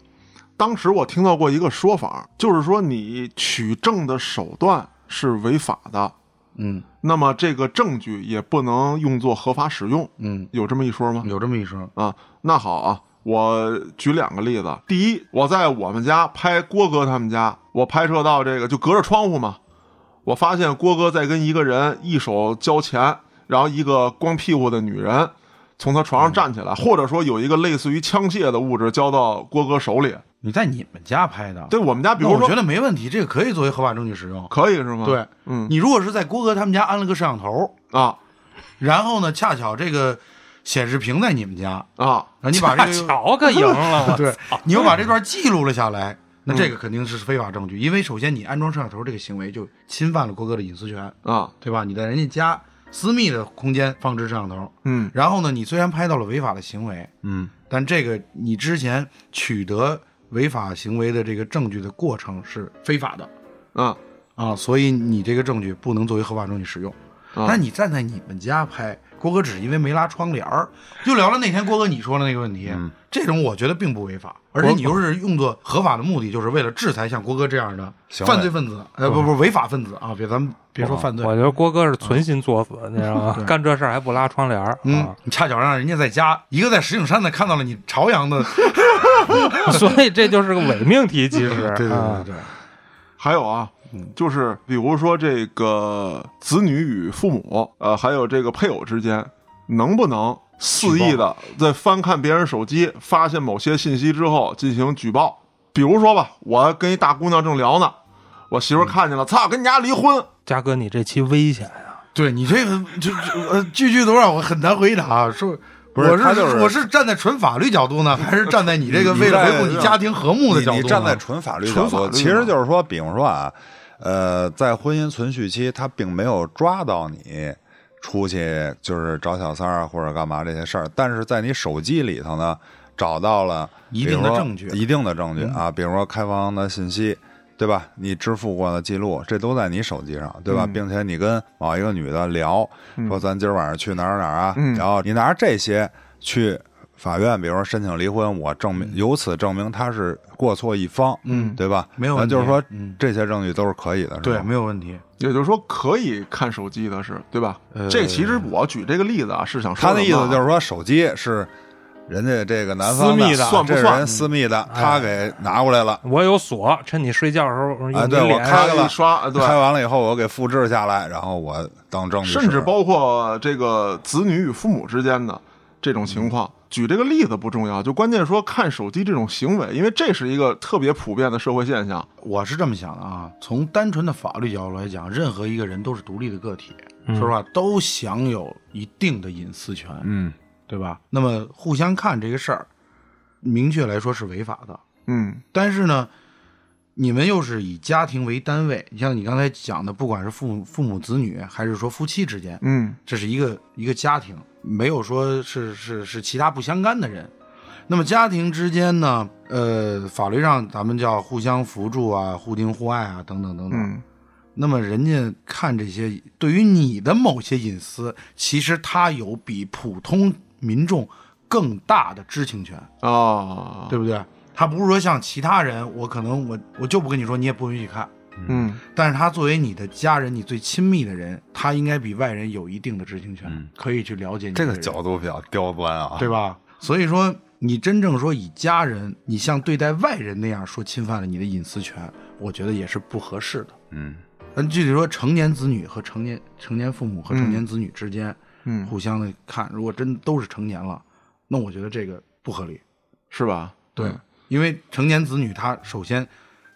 Speaker 1: 当时我听到过一个说法，就是说你取证的手段是违法的，
Speaker 4: 嗯
Speaker 1: 那么这个证据也不能用作合法使用，
Speaker 4: 嗯，
Speaker 1: 有这么一说吗？
Speaker 4: 有这么一说，
Speaker 1: 啊，那好啊，我举两个例子。第一，我在我们家拍郭哥他们家，我拍摄到这个就隔着窗户嘛，我发现郭哥在跟一个人一手交钱，然后一个光屁股的女人从他床上站起来，或者说有一个类似于枪械的物质交到郭哥手里。
Speaker 4: 你在你们家拍的，
Speaker 1: 对我们家，比
Speaker 4: 那
Speaker 1: 如
Speaker 4: 我
Speaker 1: 说
Speaker 4: 觉得没问题，这个可以作为合法证据使用。
Speaker 1: 可以是吗？
Speaker 4: 对，
Speaker 1: 嗯
Speaker 4: 你如果是在郭哥他们家安了个摄像头，
Speaker 1: 啊
Speaker 4: 然后呢，恰巧这个显示屏在你们家，
Speaker 1: 啊，
Speaker 4: 然后你把这个
Speaker 2: 巧可赢了，我
Speaker 4: 对，你又把这段记录了下来，那这个肯定是非法证据，因为首先你安装摄像头这个行为就侵犯了郭哥的隐私权，
Speaker 1: 啊，
Speaker 4: 对吧？你在人家家私密的空间放置摄像头，
Speaker 1: 嗯
Speaker 4: 然后呢，你虽然拍到了违法的行为，
Speaker 3: 嗯
Speaker 4: 但这个你之前取得违法行为的这个证据的过程是非法的
Speaker 1: 啊
Speaker 4: 啊，所以你这个证据不能作为合法证据使用。
Speaker 1: 啊
Speaker 4: 但你站在你们家拍，郭哥只是因为没拉窗帘儿，就聊了那天郭哥你说的那个问题，
Speaker 3: 嗯
Speaker 4: 这种我觉得并不违法，而且你又是用作合法的目的，就是为了制裁像郭哥这样的
Speaker 3: 行
Speaker 4: 犯罪分子，呃，不不违法分子啊，别咱们别说犯 罪，
Speaker 2: 嗯我觉啊得郭哥是存心作死，你知道吗
Speaker 4: 对？
Speaker 2: 干这事儿还不拉窗帘儿，
Speaker 4: 嗯
Speaker 2: 啊，
Speaker 4: 你恰巧让人家在家，一个在石景山的看到了你朝阳的，对
Speaker 2: 所以这就是个伪命题，其实
Speaker 4: 对对对
Speaker 2: 啊
Speaker 4: 对，
Speaker 1: 还有啊，
Speaker 3: 嗯
Speaker 1: 就是比如说这个子女与父母，呃，还有这个配偶之间，能不能肆意的在翻看别人手机，发现某些信息之后进行举报？比如说吧，我跟一大姑娘正聊呢，我媳妇儿看见了，操，跟你家离婚，
Speaker 2: 嘉哥，你这期危险呀、
Speaker 4: 对你这个就就呃句句都让我很难回答，啊说。
Speaker 3: 不是
Speaker 4: 我是
Speaker 3: 他就是
Speaker 4: 我是站在纯法律角度呢，还是站在你这个
Speaker 3: 你
Speaker 4: 为了维
Speaker 3: 在
Speaker 4: 护 你
Speaker 3: 让
Speaker 4: 家庭和睦的角度
Speaker 3: 你
Speaker 4: 呢？
Speaker 3: 你站在纯法律角
Speaker 1: 纯法律嘛
Speaker 3: 度，其实就是说，比如说啊，呃，在婚姻存续期，他并没有抓到你出去就是找小三儿啊或者干嘛这些事儿，但是在你手机里头呢，找到了
Speaker 4: 一定的
Speaker 3: 比如说
Speaker 4: 证据嗯
Speaker 3: 一定的证据啊，比如说开房的信息。对吧？你支付过的记录，这都在你手机上，对吧？
Speaker 4: 嗯
Speaker 3: 并且你跟某一个女的聊，说咱今儿晚上去哪儿哪儿啊，然后你拿着这些去法院，比如说申请离婚，我证明由此证明他是过错一方，嗯，对吧？
Speaker 4: 没有问题
Speaker 3: 那就是说
Speaker 4: 嗯
Speaker 3: 这些证据都是可以的，是
Speaker 4: 对，
Speaker 3: 吧
Speaker 4: 没有问题。
Speaker 1: 也就是说可以看手机的是，对吧？这其实我举这个例子啊，是想说
Speaker 3: 呃他的意思就是是说手机是人家这个男方
Speaker 2: 私密的
Speaker 3: 算
Speaker 1: 算
Speaker 3: 这
Speaker 1: 不
Speaker 3: 是
Speaker 1: 算
Speaker 3: 人私密的，他给拿过来了。
Speaker 2: 我有锁，趁你睡觉的时候
Speaker 4: 啊
Speaker 3: 哎
Speaker 2: 用你
Speaker 3: 对我
Speaker 2: 脸。
Speaker 3: 开了
Speaker 1: 一刷，呃对，
Speaker 3: 开完了以后，我给复制下来，然后我当证据使用，
Speaker 1: 甚至包括这个子女与父母之间的这种情况。举这个例子不重要，就关键说看手机这种行为，因为这是一个特别普遍的社会现象。
Speaker 4: 我是这么想的啊，从单纯的法律角度来讲，任何一个人都是独立的个体，说实话，都享有一定的隐私权，
Speaker 3: 嗯，
Speaker 4: 对吧？那么互相看这个事儿，明确来说是违法的。
Speaker 1: 嗯
Speaker 4: 但是呢，你们又是以家庭为单位，你像你刚才讲的，不管是父母、父母子女，还是说夫妻之间，
Speaker 1: 嗯
Speaker 4: 这是一个一个家庭，没有说是是是其他不相干的人。那么家庭之间呢，呃，法律上咱们叫互相扶助啊、互敬互爱啊，等等等等。
Speaker 1: 嗯
Speaker 4: 那么人家看这些对于你的某些隐私，其实他有比普通民众更大的知情权，
Speaker 1: 啊，
Speaker 4: 对不对？他不是说像其他人，我可能我我就不跟你说，你也不允许看。
Speaker 1: 嗯，
Speaker 4: 但是他作为你的家人，你最亲密的人，他应该比外人有一定的知情权，可以去了解你
Speaker 3: 嗯这个
Speaker 4: 人
Speaker 3: 角度比较刁钻啊。
Speaker 4: 对吧？所以说，你真正说以家人，你像对待外人那样说侵犯了你的隐私权，我觉得也是不合适的。
Speaker 3: 嗯，
Speaker 4: 咱具体说，成年子女和成年成年父母和成年子女之间，
Speaker 1: 嗯
Speaker 4: 互相的看，如果真都是成年了，那我觉得这个不合理。
Speaker 1: 是吧？
Speaker 4: 对，因为成年子女他首先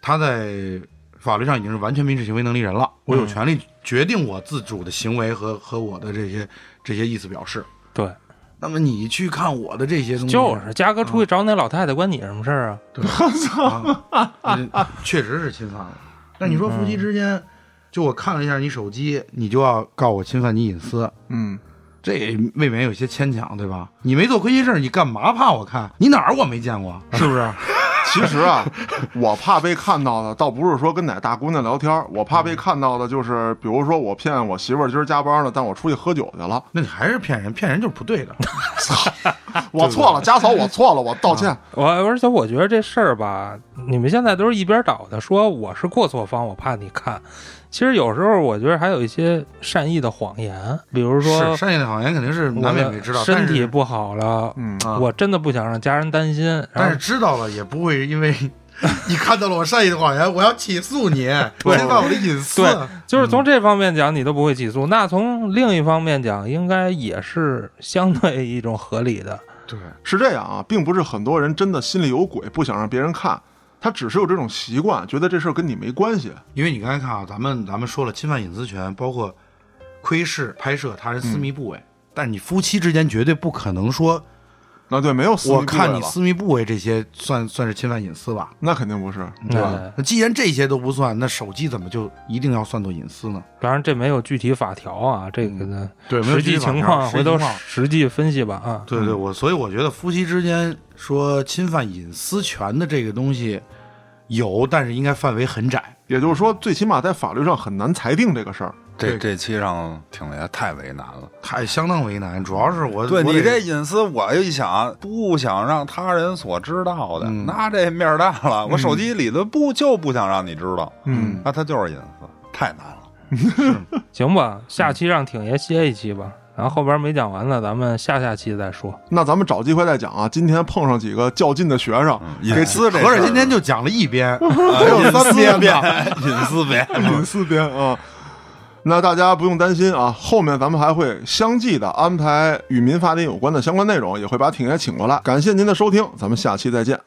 Speaker 4: 他在法律上已经是完全民事行为能力人了，我
Speaker 2: 嗯
Speaker 4: 有权利决定我自主的行为和和我的这些这些意思表示。
Speaker 2: 对，
Speaker 4: 那么你去看我的这些东西，
Speaker 2: 就是嘉哥
Speaker 4: 嗯
Speaker 2: 出去找那老太太，关你什么事儿 啊？
Speaker 4: 啊，嗯确实是侵犯了。
Speaker 2: 嗯
Speaker 4: 但你说夫妻之间，就我看了一下你手机，你就要告我侵犯你隐私，
Speaker 1: 嗯，
Speaker 4: 这也未免有些牵强，对吧？你没做亏心事儿，你干嘛怕我看？你哪儿我没见过？是不 是？
Speaker 1: 其实啊， 我怕被看到的，倒不是说跟哪大姑娘聊天儿，我怕被看到的就是，比如说我骗我媳妇儿今儿加班了，但我出去喝酒去了，
Speaker 4: 那你还是骗人，骗人就是不对 的。
Speaker 1: 我错了，家嫂，我错了，我道歉。
Speaker 2: 我而且我觉得这事儿吧，你们现在都是一边倒的说我是过错方，我怕你看。其实有时候我觉得还有一些善意的谎言，比如说
Speaker 4: 是善意的谎言肯定是
Speaker 2: 我
Speaker 4: 难免会知道，
Speaker 2: 身体
Speaker 4: 但是
Speaker 2: 不好了，
Speaker 1: 嗯
Speaker 4: 啊
Speaker 2: 我真的不想让家人担心。然
Speaker 4: 但
Speaker 2: 后
Speaker 4: 是知道了也不会因 为你看到了我善意的谎言，我要起诉你，侵犯我的隐私。
Speaker 2: 对就是
Speaker 4: 嗯
Speaker 2: 从这方面讲，你都不会起诉。那从另一方面讲，应该也是相对一种合理的。
Speaker 4: 对
Speaker 1: 是这样啊，并不是很多人真的心里有鬼，不想让别人看，他只是有这种习惯，觉得这事儿跟你没关系。
Speaker 4: 因为你刚才看啊，咱们咱们说了侵犯隐私权，包括窥视、拍摄他人私密部位，嗯但是你夫妻之间绝对不可能说
Speaker 1: 啊，对，没有私密
Speaker 4: 我
Speaker 1: 部位
Speaker 4: 看你
Speaker 1: 了
Speaker 4: 私密部位这些算算是侵犯隐私吧？
Speaker 1: 那肯定不是，
Speaker 4: 对
Speaker 2: 对
Speaker 4: 吧？那既然这些都不算，那手机怎么就一定要算作隐私呢？
Speaker 2: 当然，这没有具体法条啊，这个的
Speaker 4: 嗯对没有
Speaker 2: 实
Speaker 4: 具体
Speaker 2: 际
Speaker 4: 法条
Speaker 2: 情况，
Speaker 4: 实际
Speaker 2: 回头
Speaker 4: 情况
Speaker 2: 实际分析吧啊。
Speaker 4: 对对，我所以我觉得夫妻之间说侵犯隐私权的这个东西有，但是应该范围很窄。
Speaker 1: 也就是说，最起码在法律上很难裁定这个事儿。嗯
Speaker 3: 这
Speaker 4: 对
Speaker 3: 这期上挺也太为难了。
Speaker 4: 太相当为难，主要是我
Speaker 3: 对
Speaker 4: 我
Speaker 3: 你这
Speaker 4: 得
Speaker 3: 隐私，我一想不想让他人所知道的，
Speaker 4: 嗯
Speaker 3: 那这面儿大了。我手机里的不就不想让你知道，
Speaker 1: 嗯，
Speaker 3: 那它就是隐私，太难了。
Speaker 2: 行吧，下
Speaker 4: 嗯
Speaker 2: 期让挺爷歇一期吧，然后后边没讲完的，咱们下下期再说。
Speaker 1: 那咱们找机会再讲啊。今天碰上几个较劲的学生，
Speaker 4: 嗯
Speaker 3: 隐私这事儿，
Speaker 4: 合着今天就讲了一 边，
Speaker 3: 还
Speaker 4: 还有三边呢。
Speaker 3: 隐私边，
Speaker 1: 隐私边啊。那大家不用担心啊，后面咱们还会相继的安排与民法典有关的相关内容，也会把挺爷请过来。感谢您的收听，咱们下期再见。